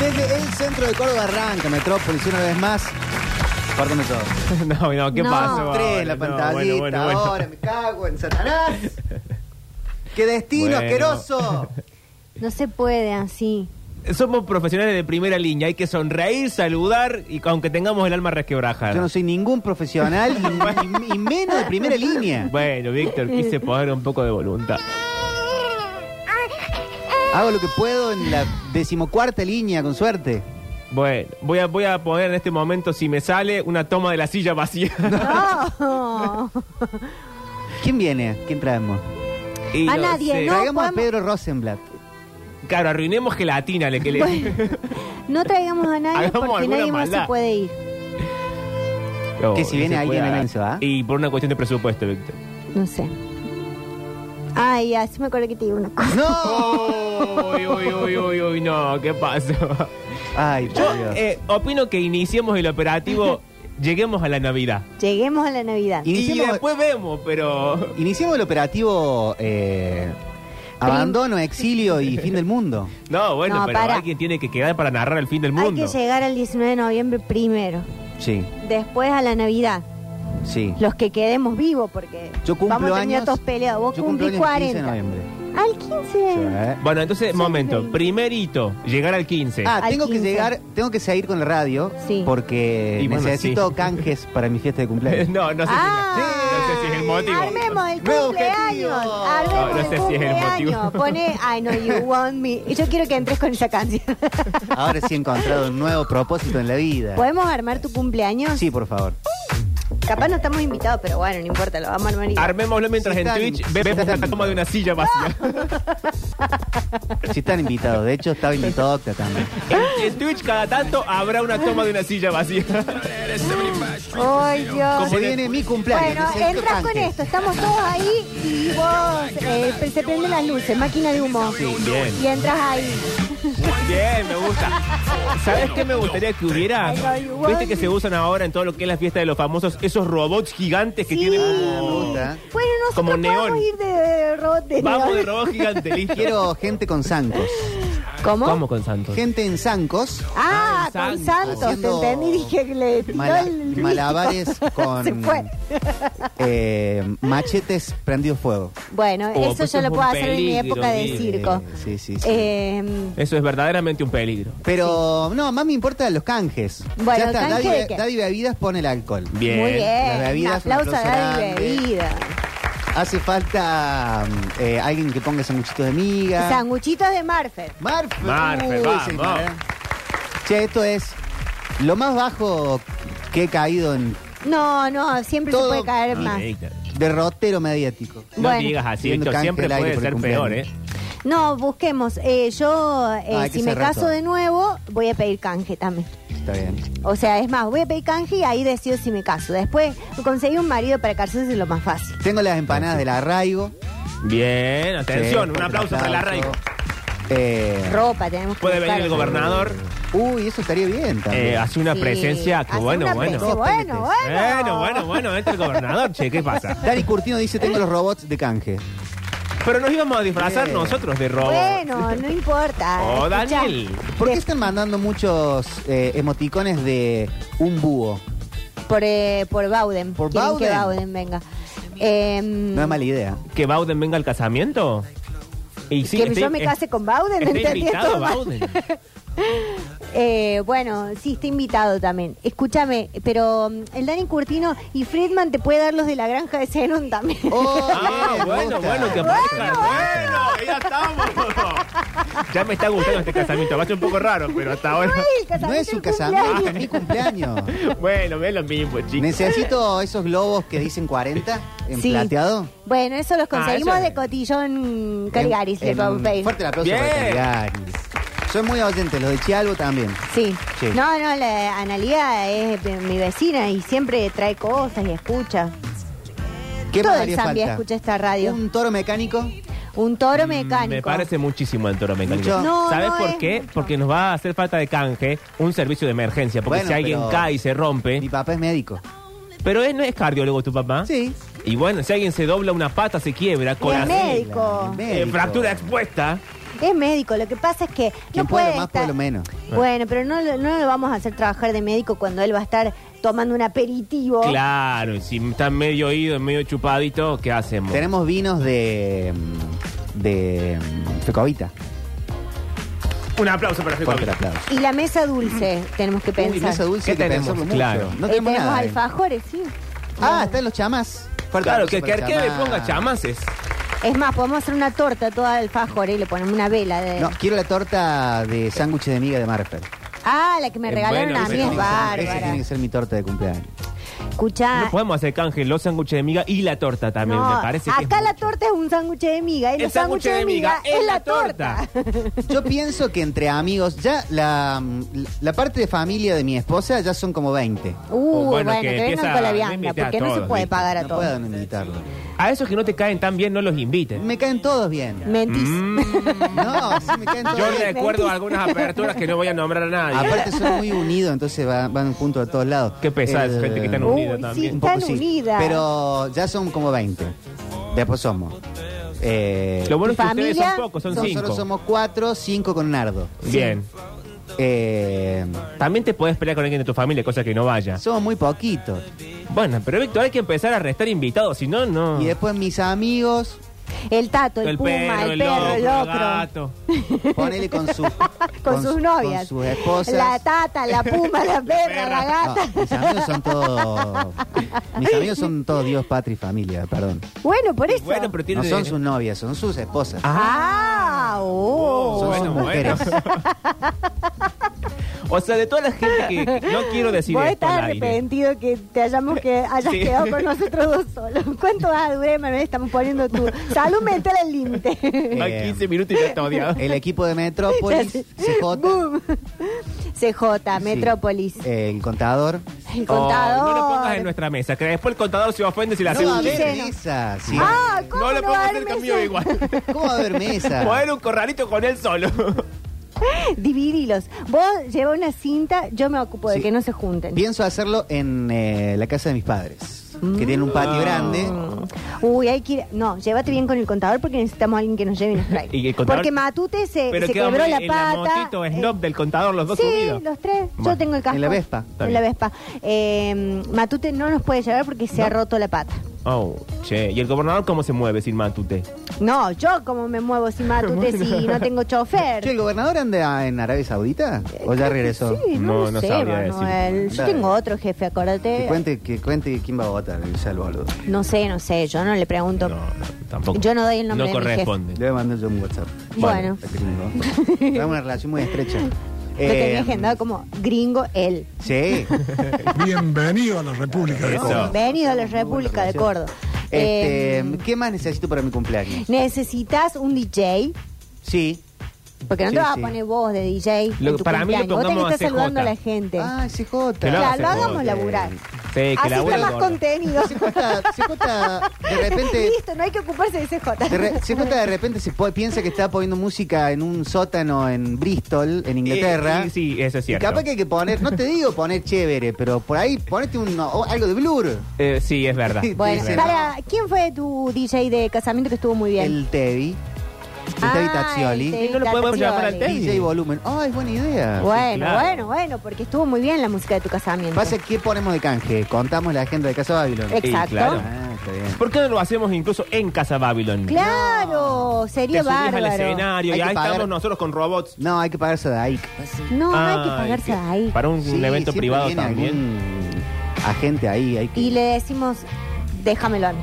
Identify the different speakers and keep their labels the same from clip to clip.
Speaker 1: desde el centro de Córdoba arranca Metrópolis una vez más. Córtame todo.
Speaker 2: No, no, ¿qué
Speaker 3: No.
Speaker 2: pasó? ahora?
Speaker 1: Tres, la
Speaker 2: No,
Speaker 1: pantallita,
Speaker 2: bueno, bueno, bueno.
Speaker 1: ahora me cago en Satanás. ¡Qué destino
Speaker 2: Bueno.
Speaker 1: asqueroso!
Speaker 3: No se puede así.
Speaker 2: Somos profesionales de primera línea, hay que sonreír, saludar y aunque tengamos el alma resquebrajada.
Speaker 1: Yo no soy ningún profesional y, y- y menos de primera línea.
Speaker 2: Bueno, Víctor, quise poner un poco de voluntad.
Speaker 1: Hago lo que puedo en la decimocuarta línea, con suerte.
Speaker 2: Bueno, voy a, voy a poner en este momento, si me sale, una toma de la silla vacía.
Speaker 3: No.
Speaker 1: ¿Quién viene? ¿Quién traemos?
Speaker 2: Y
Speaker 3: A nadie, No,
Speaker 1: Traigamos a
Speaker 3: podemos-
Speaker 1: Pedro Rosenblatt.
Speaker 2: Claro, arruinemos gelatina, le que le...
Speaker 3: No traigamos a nadie
Speaker 2: Hagamos
Speaker 3: porque
Speaker 2: alguna
Speaker 3: nadie más
Speaker 2: maldad.
Speaker 3: se puede ir.
Speaker 2: No,
Speaker 1: Que si
Speaker 2: no
Speaker 1: viene
Speaker 2: se
Speaker 1: alguien, ¿ah?
Speaker 2: puede.
Speaker 1: alguien se va.
Speaker 2: Y por una cuestión de presupuesto, Víctor.
Speaker 3: No sé. Ay, así me acuerdo que te digo una cosa.
Speaker 2: ¡No!
Speaker 1: Oh.
Speaker 2: Uy, uy, uy, uy, uy, no, ¿qué pasó?
Speaker 1: Ay,
Speaker 2: Yo
Speaker 1: por Dios.
Speaker 2: eh, opino que iniciemos el operativo, lleguemos a la Navidad.
Speaker 3: Lleguemos a la Navidad.
Speaker 1: Y- Iniciemos-
Speaker 2: Y después vemos, pero...
Speaker 1: Iniciamos el operativo eh, Abandono, Exilio y Fin del Mundo.
Speaker 2: No, bueno,
Speaker 3: No,
Speaker 2: pero
Speaker 3: para.
Speaker 2: alguien tiene que quedar para narrar el fin del mundo.
Speaker 3: Hay que llegar al 19 de noviembre primero.
Speaker 1: Sí,
Speaker 3: Después a la Navidad.
Speaker 1: sí.
Speaker 3: Los que quedemos vivos porque
Speaker 1: Yo cumplo
Speaker 3: vamos a terminar
Speaker 1: años.
Speaker 3: todos peleados. Vos
Speaker 1: yo cumplo
Speaker 3: cumplís
Speaker 1: años el 15 de
Speaker 3: 40.
Speaker 1: noviembre.
Speaker 3: Al 15.
Speaker 1: Sí.
Speaker 2: Bueno, entonces,
Speaker 3: Sí,
Speaker 2: momento.
Speaker 3: sí.
Speaker 2: Primerito, llegar al 15.
Speaker 1: Ah,
Speaker 3: Al
Speaker 1: tengo que
Speaker 3: 15.
Speaker 1: llegar, tengo que seguir con la radio
Speaker 3: Sí.
Speaker 1: porque
Speaker 2: Y bueno,
Speaker 1: necesito
Speaker 2: sí.
Speaker 1: canjes para mi fiesta de cumpleaños.
Speaker 2: no, no sé,
Speaker 3: Ah.
Speaker 2: si, no sé si es el motivo.
Speaker 3: Armemos el
Speaker 1: Nuevo
Speaker 3: cumpleaños.
Speaker 1: objetivo.
Speaker 3: Armemos
Speaker 2: No, no sé si
Speaker 3: el
Speaker 2: es el
Speaker 3: cumpleaños.
Speaker 2: motivo.
Speaker 3: Pone I know you want me. Y yo quiero que entres con esa canción.
Speaker 1: Ahora sí he encontrado un nuevo propósito en la vida.
Speaker 3: ¿Podemos armar tu cumpleaños?
Speaker 1: Sí, por favor.
Speaker 3: Capaz no estamos invitados, pero bueno, no importa, lo vamos a armar. igual.
Speaker 2: Armémoslo mientras
Speaker 1: Sí,
Speaker 2: en
Speaker 1: están-
Speaker 2: Twitch
Speaker 1: sí,
Speaker 2: vemos
Speaker 1: están-
Speaker 2: la toma de una silla vacía.
Speaker 3: Ah.
Speaker 1: Si están invitados, de hecho estaba invitado Octa también.
Speaker 2: En- en Twitch cada tanto habrá una toma de una silla vacía.
Speaker 3: Ay, Dios.
Speaker 1: Se viene mi cumpleaños.
Speaker 3: Ah, Bueno,
Speaker 1: necesito
Speaker 3: entras con
Speaker 1: canjes.
Speaker 3: esto, estamos todos ahí y vos eh, se prenden las luces, máquina de humo.
Speaker 2: bien.
Speaker 3: Y entras ahí.
Speaker 2: Bien, me gusta. ¿Sabes qué me gustaría que hubiera? Viste que se usan ahora en todo lo que es la fiesta de los famosos, esos robots gigantes que
Speaker 3: Sí.
Speaker 2: tienen
Speaker 1: me
Speaker 2: como...
Speaker 1: gusta.
Speaker 3: Bueno, nosotros
Speaker 2: Como
Speaker 3: podemos
Speaker 2: neón.
Speaker 3: ir de, de robot de
Speaker 2: Vamos de
Speaker 3: neón.
Speaker 2: robot gigante, listo.
Speaker 1: Quiero gente con zancos.
Speaker 3: ¿Cómo?
Speaker 2: ¿Cómo con Santos?
Speaker 1: Gente en zancos.
Speaker 3: Ah,
Speaker 2: Ah,
Speaker 3: con
Speaker 2: Santos.
Speaker 3: Santos,
Speaker 1: Haciendo
Speaker 3: entendí, dije que le tiró
Speaker 1: Mala-
Speaker 3: el
Speaker 1: malabares
Speaker 3: Se
Speaker 1: con
Speaker 3: fue.
Speaker 1: eh, machetes prendidos fuego.
Speaker 3: Bueno,
Speaker 2: Oh,
Speaker 3: eso
Speaker 2: pues
Speaker 3: yo
Speaker 2: es
Speaker 3: lo
Speaker 2: un
Speaker 3: puedo hacer en mi
Speaker 2: peligro,
Speaker 3: época de
Speaker 2: mire.
Speaker 3: circo.
Speaker 1: Eh, sí, sí, sí.
Speaker 3: Eh,
Speaker 2: Eso es verdaderamente un peligro.
Speaker 1: Pero no, más me importan los canjes.
Speaker 3: Bueno,
Speaker 1: ya está,
Speaker 3: canje
Speaker 1: Daddy,
Speaker 3: de qué.
Speaker 1: Daddy bebidas pone el alcohol.
Speaker 2: Bien.
Speaker 3: Muy
Speaker 1: Las
Speaker 3: bien. Un
Speaker 1: bebidas, un
Speaker 3: aplauso a
Speaker 1: aplauso
Speaker 3: Daddy
Speaker 1: grande.
Speaker 3: Bebida.
Speaker 1: Hace falta mm, eh, alguien que ponga sanguchitos de miga.
Speaker 3: Sanguchitos de Marfer.
Speaker 1: Marfe.
Speaker 2: Marfe,
Speaker 1: Uy,
Speaker 2: vamos.
Speaker 1: señora. Che, esto es lo más bajo que he caído en
Speaker 3: No, no, siempre
Speaker 1: Todo-
Speaker 3: se puede caer
Speaker 2: Sí,
Speaker 3: más.
Speaker 2: Víctor.
Speaker 1: derrotero mediático.
Speaker 2: No
Speaker 3: Bueno.
Speaker 2: digas así,
Speaker 1: Viendo
Speaker 2: Víctor,
Speaker 1: canje
Speaker 2: siempre
Speaker 1: al aire
Speaker 2: puede
Speaker 1: por el
Speaker 2: ser peor, ¿eh?
Speaker 1: cumpleaños.
Speaker 3: No, busquemos. Eh, yo, eh,
Speaker 1: No, hay que
Speaker 3: si me
Speaker 1: cerrar
Speaker 3: caso
Speaker 1: todo.
Speaker 3: de nuevo, voy a pedir canje también.
Speaker 1: Está bien.
Speaker 3: O sea, es más, voy a pedir canje y ahí decido si me caso. Después, conseguir un marido para casarse es lo más fácil.
Speaker 1: Tengo las empanadas del arraigo.
Speaker 2: Bien, atención,
Speaker 1: Sí,
Speaker 2: un aplauso para el arraigo.
Speaker 1: Eh,
Speaker 3: Ropa tenemos que
Speaker 2: Puede venir
Speaker 3: buscar.
Speaker 2: el gobernador,
Speaker 1: uy, eso estaría bien también.
Speaker 2: eh, hace una
Speaker 3: Sí,
Speaker 2: presencia que
Speaker 3: hace
Speaker 2: bueno,
Speaker 3: una
Speaker 2: bueno.
Speaker 3: presencia, bueno, bueno.
Speaker 2: Bueno, bueno, bueno, entra el gobernador, che, ¿qué pasa?
Speaker 1: Dani Curtino dice, tengo los robots de canje.
Speaker 2: Pero nos íbamos a disfrazar
Speaker 1: Bien.
Speaker 2: nosotros de robo.
Speaker 3: Bueno, no importa.
Speaker 2: Oh,
Speaker 3: Escuchá.
Speaker 2: Daniel.
Speaker 1: ¿Por qué están mandando muchos eh, emoticones de un búho?
Speaker 3: Por, eh, por Bauden.
Speaker 1: Por
Speaker 3: Quieren
Speaker 1: Bauden.
Speaker 3: que Bauden venga. Eh,
Speaker 1: No es mala idea.
Speaker 2: ¿Que Bauden venga al casamiento? Y sí,
Speaker 3: que
Speaker 2: estoy-
Speaker 3: yo me
Speaker 2: eh,
Speaker 3: case con Bauden,
Speaker 2: está
Speaker 3: ¿entendí?
Speaker 2: invitado
Speaker 3: Todo mal.
Speaker 2: Bauden.
Speaker 3: Eh, bueno, sí, está invitado también. Escúchame, pero mm, el Dani Curtino y Friedman te puede dar los de la granja de Zenon también.
Speaker 1: Oh,
Speaker 2: Ah,
Speaker 1: bien, me
Speaker 2: bueno,
Speaker 1: gusta.
Speaker 2: bueno, que aparezca. Bueno, ya estamos. Ya me está gustando este casamiento. Va a ser un poco raro, pero hasta ahora.
Speaker 3: Ay, el
Speaker 1: No
Speaker 3: casamiento
Speaker 1: es un
Speaker 3: del cumpleaños.
Speaker 1: casamiento, es mi cumpleaños.
Speaker 2: Bueno, es lo mismo, chicos.
Speaker 1: Necesito esos globos que dicen 40 en
Speaker 3: Sí.
Speaker 1: plateado.
Speaker 3: Bueno, eso los conseguimos
Speaker 2: Ah, eso es-
Speaker 3: de Cotillón Caligaris,
Speaker 1: En-
Speaker 3: le podemos
Speaker 1: en-
Speaker 3: pedir.
Speaker 1: Fuerte el aplauso para
Speaker 2: Bien.
Speaker 1: Caligaris. Soy muy oyente, los de Chialbo también.
Speaker 3: Sí.
Speaker 1: Sí.
Speaker 3: No, no, la Analía es eh, mi vecina y siempre trae cosas y escucha.
Speaker 1: ¿Qué
Speaker 3: Todo
Speaker 1: más
Speaker 3: el
Speaker 1: haría
Speaker 3: Zambia
Speaker 1: falta?
Speaker 3: escucha esta radio. Un,
Speaker 1: ¿Un toro mecánico?
Speaker 3: toro mecánico.
Speaker 2: Mm, Me parece muchísimo el toro mecánico.
Speaker 1: Mucho.
Speaker 3: No,
Speaker 2: ¿Sabes
Speaker 3: no
Speaker 2: por
Speaker 3: es
Speaker 2: qué?
Speaker 3: mucho.
Speaker 2: Porque nos va a hacer falta de canje un servicio de emergencia. Porque
Speaker 1: Bueno,
Speaker 2: si alguien
Speaker 1: pero-
Speaker 2: cae y se rompe.
Speaker 1: Mi papá es médico.
Speaker 2: Pero él no es cardiólogo tu papá.
Speaker 1: Sí.
Speaker 2: Y bueno, si alguien se dobla una pata, se quiebra,
Speaker 3: Y es
Speaker 2: corazón.
Speaker 3: médico.
Speaker 1: Es
Speaker 2: eh,
Speaker 1: médico.
Speaker 2: fractura expuesta.
Speaker 3: Es médico, lo que pasa es que no
Speaker 1: Quien puede lo
Speaker 3: puede
Speaker 1: más,
Speaker 3: estar-
Speaker 1: puede lo menos.
Speaker 2: Eh.
Speaker 3: Bueno, pero no, lo- no lo vamos a hacer trabajar de médico cuando él va a estar tomando un aperitivo.
Speaker 1: Oh.
Speaker 2: Claro, si está medio oído, medio chupadito, ¿qué hacemos?
Speaker 1: Tenemos vinos de. mm, de. mm, Fecovita.
Speaker 2: Un aplauso para Fico.
Speaker 1: Fuerte el aplauso.
Speaker 3: Y la mesa dulce, tenemos que
Speaker 1: Uy,
Speaker 3: pensar.
Speaker 1: mesa dulce
Speaker 2: ¿Qué
Speaker 1: hay que
Speaker 2: tenemos?
Speaker 1: pensarlo mucho.
Speaker 2: Claro.
Speaker 1: No
Speaker 3: Eh,
Speaker 1: tenemos nada. eh.
Speaker 3: alfajores, sí.
Speaker 1: Ah, están los chamás. Fuerte
Speaker 2: Claro,
Speaker 1: aplauso
Speaker 2: que, que
Speaker 1: para
Speaker 2: Arquera le
Speaker 1: chamás.
Speaker 2: ponga chamases.
Speaker 3: Es más, podemos hacer una torta toda de alfajores y le ponemos una vela de...
Speaker 1: No, quiero la torta de sándwich de miga de Marfel.
Speaker 3: Ah, la que me
Speaker 2: Eh,
Speaker 3: regalaron
Speaker 2: bueno,
Speaker 3: a
Speaker 2: ese
Speaker 3: mí
Speaker 2: tiene que
Speaker 3: es
Speaker 2: ser-
Speaker 1: Esa tiene
Speaker 3: bárbara.
Speaker 1: que ser mi torta de cumpleaños.
Speaker 3: Escuchá.
Speaker 2: No podemos hacer canje, los sándwiches de miga y la torta también,
Speaker 3: Ah. no,
Speaker 2: me parece. que es
Speaker 3: acá la
Speaker 2: mucho.
Speaker 3: torta es un sándwich de miga. Y
Speaker 2: El
Speaker 3: los sándwiches de miga es la torta.
Speaker 1: Yo pienso que entre amigos, ya la, la parte de familia de mi esposa ya son como 20.
Speaker 3: Uh,
Speaker 2: O
Speaker 3: bueno,
Speaker 2: Oh, bueno,
Speaker 3: que,
Speaker 2: que
Speaker 3: vengan
Speaker 2: empieza-
Speaker 3: con la
Speaker 2: no
Speaker 3: vianda,
Speaker 2: invite a
Speaker 3: porque no se
Speaker 2: todos,
Speaker 3: puede
Speaker 2: ¿viste?
Speaker 3: pagar a
Speaker 1: No
Speaker 3: todos.
Speaker 1: puedo no invitarlo.
Speaker 2: A esos que no te caen tan bien, no los invites.
Speaker 1: Me caen todos bien.
Speaker 3: Mentís.
Speaker 2: Mm.
Speaker 1: No, sí, me caen todos
Speaker 2: Yo
Speaker 1: bien.
Speaker 2: recuerdo algunas aperturas que no voy a nombrar a nadie.
Speaker 1: Aparte son muy unidos, entonces va- van juntos a todos lados.
Speaker 2: Qué pesada esa
Speaker 1: El- Uh,
Speaker 2: gente que está
Speaker 3: Uy,
Speaker 2: unida
Speaker 3: sí.
Speaker 2: también.
Speaker 1: Un poco
Speaker 3: Están
Speaker 1: sí.
Speaker 3: unidas.
Speaker 1: Pero ya son como 20. Después somos. Eh,
Speaker 2: Lo bueno es que
Speaker 3: Familia,
Speaker 2: ustedes son pocos, son cinco.
Speaker 1: nosotros somos cuatro, cinco con Nardo.
Speaker 2: Bien.
Speaker 1: Eh,
Speaker 2: También te puedes pelear con alguien de tu familia, cosa que no vaya.
Speaker 1: somos muy poquitos.
Speaker 2: Bueno, pero Víctor, hay que empezar a restar invitados, si no, no.
Speaker 1: Y después mis amigos,
Speaker 3: El tato, el, puma,
Speaker 2: perro,
Speaker 3: el perro, el
Speaker 2: locro,
Speaker 3: locro.
Speaker 2: el gato.
Speaker 1: ponele con sus
Speaker 3: Con, sus
Speaker 1: su-
Speaker 3: novias.
Speaker 1: con sus esposas.
Speaker 3: La tata, la puma, la perra, la
Speaker 1: No,
Speaker 3: gata.
Speaker 1: mis amigos son todos. Mis amigos son todos Dios, patria y familia, perdón.
Speaker 3: Bueno, por eso.
Speaker 2: Bueno, pero tiene.
Speaker 1: No son sus novias, son sus esposas.
Speaker 3: Ah, oh.
Speaker 2: Oh,
Speaker 1: son
Speaker 2: bueno,
Speaker 1: sus mujeres.
Speaker 2: O sea, de toda la gente que que no quiero decir
Speaker 3: Vos
Speaker 2: esto
Speaker 3: estás
Speaker 2: al aire.
Speaker 3: arrepentido que te hayamos que hayas
Speaker 2: Sí.
Speaker 3: quedado con nosotros dos solos. ¿Cuánto vas a durar, Manuel? Estamos poniendo tu salud mental al límite.
Speaker 2: Va
Speaker 1: Eh,
Speaker 2: 15 minutos y ya está odiado.
Speaker 1: El equipo de Metrópolis, CJ,
Speaker 3: Boom. CJ, Metrópolis.
Speaker 1: el contador.
Speaker 3: El
Speaker 2: Oh,
Speaker 3: contador.
Speaker 2: no lo pongas en nuestra mesa, que después el contador se ofende si la
Speaker 1: No va a
Speaker 2: hacemos.
Speaker 1: haber
Speaker 3: lleno.
Speaker 1: mesa. sí.
Speaker 3: Ah, ¿cómo
Speaker 2: no lo
Speaker 3: no va a
Speaker 2: pongas
Speaker 3: haber
Speaker 2: cerca
Speaker 3: mesa?
Speaker 2: mío igual.
Speaker 1: ¿Cómo va a haber mesa?
Speaker 2: Poner un corralito con él solo.
Speaker 3: Eh, Dividilos. Vos lleva una cinta, yo me ocupo de
Speaker 1: Sí.
Speaker 3: que no se junten.
Speaker 1: Pienso hacerlo en eh, la casa de mis padres, que tienen un patio grande.
Speaker 3: Uy, hay que ir. No, llévate bien con el contador porque necesitamos a alguien que nos lleve y nos traiga.
Speaker 2: Y el contador-
Speaker 3: Porque Matute se,
Speaker 2: Pero
Speaker 3: se
Speaker 2: quedamos
Speaker 3: quebró la
Speaker 2: en
Speaker 3: pata. Eh.
Speaker 2: la motito snob del contador, los dos
Speaker 3: sí,
Speaker 2: subidos.
Speaker 3: los tres. Yo
Speaker 2: Bueno,
Speaker 3: tengo el casco.
Speaker 1: en la Vespa.
Speaker 2: Está
Speaker 3: En la
Speaker 2: bien.
Speaker 3: Vespa. Eh, Matute no nos puede llevar porque se ha roto la pata.
Speaker 2: Oh, che. ¿Y el gobernador cómo se mueve sin matute?
Speaker 3: No, yo como me muevo sin Matute si no tengo chofer.
Speaker 1: Che, ¿el gobernador anda en Arabia Saudita? ¿O ya regresó?
Speaker 3: Sí, no,
Speaker 2: No,
Speaker 3: lo
Speaker 2: no
Speaker 3: sé,
Speaker 2: sabría
Speaker 3: Manuel. Yo
Speaker 1: Dale.
Speaker 3: tengo otro jefe, acuérdate.
Speaker 1: Que cuente, que cuente quién va a votar, ya el boludo.
Speaker 3: No sé, no sé, yo no le pregunto.
Speaker 2: tampoco.
Speaker 3: Yo no doy el nombre
Speaker 2: No
Speaker 3: de mi jefe.
Speaker 2: corresponde.
Speaker 1: Le voy a mandar yo un WhatsApp.
Speaker 3: Bueno.
Speaker 1: Ya tengo. Tenemos una relación muy estrecha.
Speaker 3: Lo tenía
Speaker 1: Eh,
Speaker 3: agendado como gringo él.
Speaker 1: Sí.
Speaker 4: Bienvenido a la República de
Speaker 2: Eso.
Speaker 4: Córdoba.
Speaker 3: Bienvenido a la República de Córdoba.
Speaker 1: Este,
Speaker 3: Eh,
Speaker 1: ¿Qué más necesito para mi cumpleaños?
Speaker 3: necesitas un DJ,
Speaker 1: Sí.
Speaker 3: porque no
Speaker 1: Sí,
Speaker 3: te vas
Speaker 1: sí.
Speaker 3: a poner voz de DJ.
Speaker 2: Lo-
Speaker 3: en tu
Speaker 2: para mí lo
Speaker 3: cumpleaños. Vos tenés que
Speaker 2: pongamos
Speaker 3: estar
Speaker 2: a CJ.
Speaker 3: saludando a la gente.
Speaker 1: Ah, CJ.
Speaker 2: Que lo haga
Speaker 3: claro, lo
Speaker 2: CJ.
Speaker 3: hagamos laburar.
Speaker 2: Sí, que
Speaker 3: Así
Speaker 2: la
Speaker 3: está más contenido.
Speaker 1: CJ, CJ, de repente...
Speaker 3: Listo, no hay que ocuparse de CJ.
Speaker 1: De re- CJ de repente se po- piensa que está poniendo música en un sótano en Bristol, en Inglaterra.
Speaker 2: Sí, sí, eso es
Speaker 1: Y
Speaker 2: cierto.
Speaker 1: capaz que hay que poner, no te digo poner chévere, pero por ahí ponete un, o- algo de blur.
Speaker 2: Eh, sí, es verdad.
Speaker 3: Bueno,
Speaker 1: Dice,
Speaker 3: para, ¿quién fue tu DJ de casamiento que estuvo muy bien?
Speaker 1: El Tevi. El
Speaker 3: Ah,
Speaker 1: Tevi
Speaker 3: el
Speaker 1: Tazzioli.
Speaker 3: Tevi
Speaker 2: No lo podemos llamar al
Speaker 3: Tazzioli.
Speaker 2: Tevi.
Speaker 1: DJ Volumen. ¡Ay, buena idea!
Speaker 3: Bueno,
Speaker 2: Sí, claro.
Speaker 3: bueno, bueno, porque estuvo muy bien la música de tu casamiento.
Speaker 1: Pasa que ponemos de canje. Contamos la agenda de Casa Babilón.
Speaker 3: Exacto.
Speaker 2: Sí, claro.
Speaker 1: Ah, está bien.
Speaker 2: ¿Por qué no lo hacemos incluso en Casa Babylon?
Speaker 3: Claro,
Speaker 2: Te
Speaker 3: sería
Speaker 2: subís
Speaker 3: bárbaro.
Speaker 2: al escenario
Speaker 1: Hay
Speaker 2: y
Speaker 1: que
Speaker 2: ahí
Speaker 1: pagar-
Speaker 2: estamos nosotros con robots.
Speaker 1: No, hay que pagarse de ahí.
Speaker 3: No, no hay que
Speaker 2: Ay,
Speaker 3: pagarse
Speaker 2: que-
Speaker 3: ahí.
Speaker 2: Para un,
Speaker 1: Sí,
Speaker 2: evento
Speaker 1: siempre
Speaker 2: privado
Speaker 1: viene
Speaker 2: también.
Speaker 1: algún agente ahí. Hay que...
Speaker 3: Y le decimos, déjamelo a mí.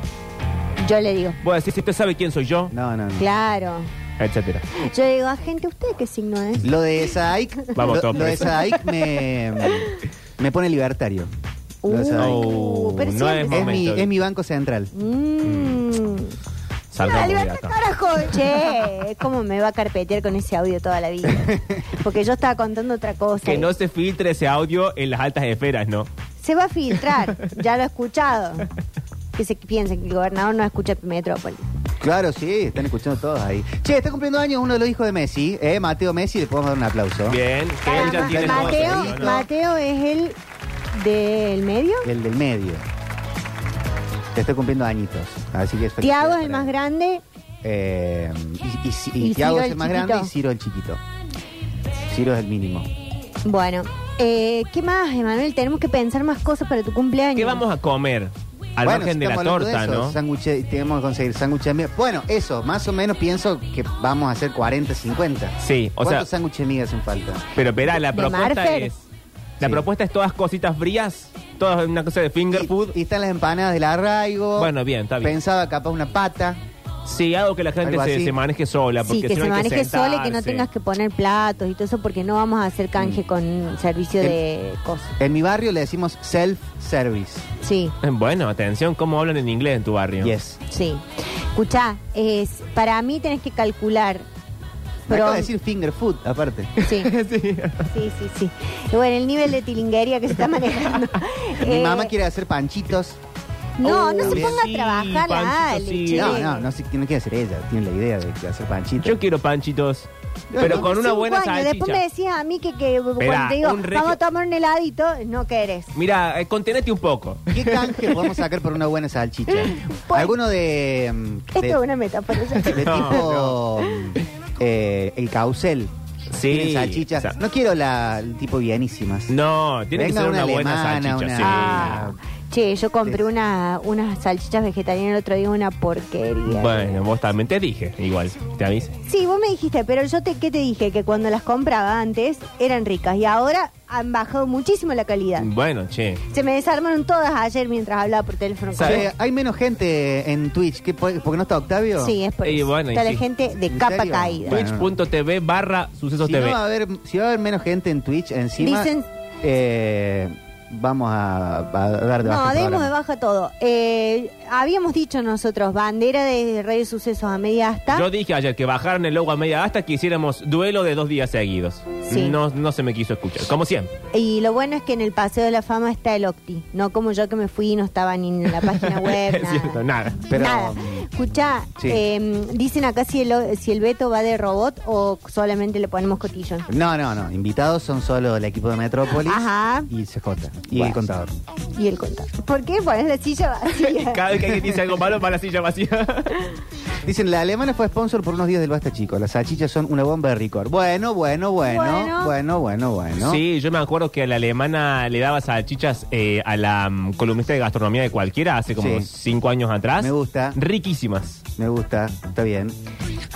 Speaker 3: Yo le digo,
Speaker 2: Voy a decir, si usted sabe quién soy yo,
Speaker 1: No, no, no.
Speaker 3: claro.
Speaker 2: etcétera.
Speaker 3: Yo le digo, agente, ¿usted qué signo es?
Speaker 1: Lo de Sadaik,
Speaker 2: Vamos,
Speaker 1: lo,
Speaker 2: todos
Speaker 1: lo de
Speaker 2: presos.
Speaker 1: Sadaik me, me pone libertario. Lo de Sadaik.
Speaker 2: Uh,
Speaker 3: pero
Speaker 2: no
Speaker 3: siempre-
Speaker 2: es
Speaker 1: es,
Speaker 2: momento.
Speaker 1: mi, es mi banco central.
Speaker 3: Mmm.
Speaker 2: Salgamos de acá.
Speaker 3: carajo. Che, es como me va a carpetear con ese audio toda la vida. Porque yo estaba contando otra cosa.
Speaker 2: Que no se filtre ese audio en las altas esferas, ¿no?
Speaker 3: Se va a filtrar, ya lo he escuchado. Que se piensen que el gobernador no escucha Metrópolis.
Speaker 1: Claro, sí, están escuchando todos ahí. Che, está cumpliendo años uno de los hijos de Messi, eh, Mateo Messi, le podemos dar un aplauso.
Speaker 2: Bien. que él ya
Speaker 3: Ma-
Speaker 2: tiene ¿eh? todo
Speaker 3: Mateo,
Speaker 2: seguido, ¿no?
Speaker 3: Mateo es el del medio.
Speaker 1: El del medio. Te está cumpliendo añitos. Así que
Speaker 3: Tiago es
Speaker 1: felicidades
Speaker 3: el
Speaker 1: para
Speaker 3: más
Speaker 1: él.
Speaker 3: grande
Speaker 1: eh, y, y, y
Speaker 3: Y
Speaker 1: Tiago
Speaker 3: Ciro
Speaker 1: es
Speaker 3: el
Speaker 1: el más
Speaker 3: chiquito.
Speaker 1: grande y Ciro el chiquito. Ciro es el mínimo.
Speaker 3: Bueno, eh, ¿qué más, Emanuel? Tenemos que pensar más cosas para tu cumpleaños.
Speaker 2: ¿Qué vamos a comer? Al
Speaker 1: Bueno,
Speaker 2: margen de la
Speaker 1: estamos hablando
Speaker 2: torta,
Speaker 1: eso,
Speaker 2: ¿no?
Speaker 1: sándwiches, tenemos que conseguir sándwiches de miga. Bueno, eso, más o menos pienso que vamos a hacer 40, 50.
Speaker 2: Sí, o sea-
Speaker 1: ¿Cuántos sándwiches de miga hacen falta?
Speaker 2: Pero verá, la
Speaker 3: ¿De
Speaker 2: propuesta
Speaker 3: Marfer?
Speaker 2: es. La
Speaker 1: Sí.
Speaker 2: propuesta es todas cositas frías, todas una cosa de finger
Speaker 1: Y-
Speaker 2: food.
Speaker 1: Y, están las empanadas del arraigo.
Speaker 2: Bueno, bien, está bien.
Speaker 1: Pensaba capaz una pata.
Speaker 2: Sí, algo que la gente
Speaker 1: Algo
Speaker 2: se,
Speaker 1: así.
Speaker 2: se maneje sola. Porque
Speaker 3: Sí, que
Speaker 2: si
Speaker 3: se
Speaker 2: no hay
Speaker 3: maneje solo y que no
Speaker 2: sentarse.
Speaker 3: tengas que poner platos y todo eso porque no vamos a hacer
Speaker 1: Mm.
Speaker 3: canje con servicio
Speaker 1: Em.
Speaker 3: de cosas.
Speaker 1: En mi barrio le decimos self-service.
Speaker 3: Sí,
Speaker 2: Eh, Bueno, atención, ¿cómo hablan en inglés en tu barrio?
Speaker 1: Yes.
Speaker 3: sí. Escuchá, es, para mí tenés que calcular.
Speaker 1: Me acaba
Speaker 3: pronto-
Speaker 1: de decir finger food, aparte.
Speaker 3: Sí,
Speaker 2: Sí.
Speaker 3: sí, sí, sí. Bueno, el nivel de tilinguería que se está manejando.
Speaker 1: Mi
Speaker 3: Eh,
Speaker 1: mamá quiere hacer panchitos.
Speaker 3: No,
Speaker 2: Oh,
Speaker 3: no se
Speaker 1: bien.
Speaker 3: ponga
Speaker 2: Sí,
Speaker 3: a trabajar, la
Speaker 2: Panchito,
Speaker 3: Ale,
Speaker 2: sí.
Speaker 3: che.
Speaker 1: No, no, no, sé- no quiere hacer ella. Tiene la idea de hacer panchitos.
Speaker 2: Yo quiero panchitos, pero
Speaker 1: no,
Speaker 2: con una
Speaker 3: Cinco
Speaker 2: buena
Speaker 3: años, Después me
Speaker 2: salchicha.
Speaker 3: decías a mí que, que
Speaker 2: Esperá,
Speaker 3: cuando te digo,
Speaker 2: un regio-
Speaker 3: vamos a tomar un heladito, no querés.
Speaker 2: Mira, eh, contenete un poco.
Speaker 1: ¿Qué canje podemos sacar por una buena salchicha?
Speaker 3: Pues-
Speaker 1: ¿Alguno de. mm,
Speaker 3: Esto
Speaker 1: de-
Speaker 3: es una metáfora.
Speaker 1: de
Speaker 2: No,
Speaker 1: tipo eh, el caucel.
Speaker 2: Sí,
Speaker 1: Tienen salchichas.
Speaker 2: sa-
Speaker 1: no quiero la, el tipo bienísimas.
Speaker 2: No, tiene
Speaker 1: Venga
Speaker 2: que ser una,
Speaker 1: una
Speaker 2: buena
Speaker 1: alemana,
Speaker 2: salchicha.
Speaker 1: una-
Speaker 2: sí.
Speaker 3: Ah, che, yo compré
Speaker 1: Es-
Speaker 3: una, unas salchichas vegetarianas el otro día, una porquería.
Speaker 2: Bueno, vos también te dije, igual, te avisé.
Speaker 3: Sí, vos me dijiste, pero yo te, ¿qué te dije? Que cuando las compraba antes eran ricas y ahora han bajado muchísimo la calidad.
Speaker 2: Bueno, che.
Speaker 3: Se me desarmaron todas ayer mientras hablaba por teléfono. con
Speaker 2: ¿Sabes?
Speaker 1: Che, hay menos gente en Twitch. ¿Qué, po- ¿Por qué no está Octavio?
Speaker 3: vos. Sí, es por
Speaker 2: Y
Speaker 3: eso.
Speaker 2: bueno, y
Speaker 3: Está
Speaker 2: sí.
Speaker 3: la gente de
Speaker 1: ¿En
Speaker 3: capa
Speaker 1: serio?
Speaker 3: caída.
Speaker 1: Bueno,
Speaker 2: Twitch.tv barra sucesos
Speaker 1: Si, no
Speaker 2: TV.
Speaker 1: va a haber, si va a haber menos gente en Twitch, encima.
Speaker 3: Dicen-
Speaker 1: eh, vamos a, a dar de baja.
Speaker 3: No,
Speaker 1: el
Speaker 3: demos
Speaker 1: programa.
Speaker 3: de baja todo. Eh, habíamos dicho nosotros, bandera de Radio Sucesos a media hasta.
Speaker 2: Yo dije ayer que bajaran el logo a media hasta que hiciéramos duelo de dos días seguidos.
Speaker 3: Sí.
Speaker 2: No, no se me quiso escuchar, como siempre.
Speaker 3: Y lo bueno es que en el Paseo de la Fama está el Octi. No como yo que me fui y no estaba ni en la página web.
Speaker 2: es cierto, nada.
Speaker 1: Pero-
Speaker 3: Nada. Escuchá,
Speaker 1: Sí.
Speaker 3: eh, dicen acá si el, si el Beto va de robot o solamente le ponemos cotillón.
Speaker 1: No, no, no. Invitados son solo el equipo de Metrópolis
Speaker 3: Ajá.
Speaker 1: y CJ. Y el
Speaker 3: Bueno.
Speaker 1: contador.
Speaker 3: Y el contador. ¿Por qué pones la silla vacía?
Speaker 2: Cada vez que alguien dice algo malo, va a la silla vacía.
Speaker 1: Dicen, la alemana fue sponsor por unos días del Basta Chico. Las salchichas son una bomba de ricor. Bueno, bueno, bueno.
Speaker 3: Bueno.
Speaker 1: Bueno, bueno, bueno.
Speaker 2: Sí, yo me acuerdo que a la alemana le daba salchichas eh, a la mm, columnista de gastronomía de cualquiera hace como
Speaker 1: Sí.
Speaker 2: cinco años atrás.
Speaker 1: Me gusta.
Speaker 2: Riquísimas.
Speaker 1: Me gusta, está bien.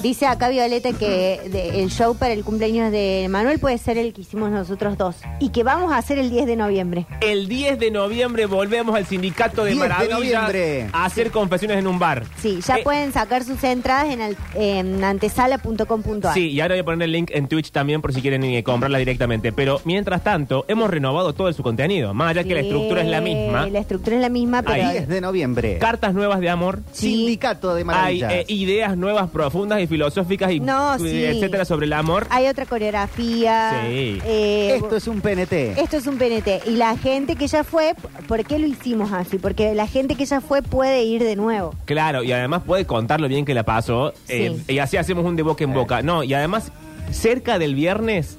Speaker 3: Dice acá Violeta que de- el show para el cumpleaños de Manuel puede ser el que hicimos nosotros dos. Y que vamos a hacer el 10 de noviembre.
Speaker 2: El 10 de noviembre volvemos al sindicato de
Speaker 1: 10 de
Speaker 2: maravillas
Speaker 1: noviembre.
Speaker 2: a hacer confesiones en un bar.
Speaker 3: Sí, ya
Speaker 2: Eh,
Speaker 3: pueden sacar sus entradas en, al- en antesala.com.ar.
Speaker 2: Sí, y ahora voy a poner el link en Twitch también por si quieren eh, comprarla directamente. Pero mientras tanto, hemos renovado todo su contenido, más allá que la
Speaker 3: Sí,
Speaker 2: estructura es la misma.
Speaker 3: La estructura es la misma, pero
Speaker 2: Ahí.
Speaker 1: 10 de noviembre.
Speaker 2: Cartas nuevas de amor.
Speaker 3: Sí.
Speaker 1: Sindicato de
Speaker 2: Hay
Speaker 1: maravillas.
Speaker 2: eh, ideas nuevas, profundas y filosóficas y
Speaker 3: No, sí.
Speaker 2: etcétera sobre el amor.
Speaker 3: hay otra coreografía.
Speaker 2: Sí.
Speaker 3: eh,
Speaker 1: Esto es un PNT.
Speaker 3: esto es un PNT. Y la gente que ya fue, ¿por qué lo hicimos así? Porque la gente que ya fue puede ir de nuevo.
Speaker 2: Claro, y además puede contar lo bien que la pasó. eh,
Speaker 3: Sí.
Speaker 2: y así hacemos un de boca en boca. No, y además, cerca del viernes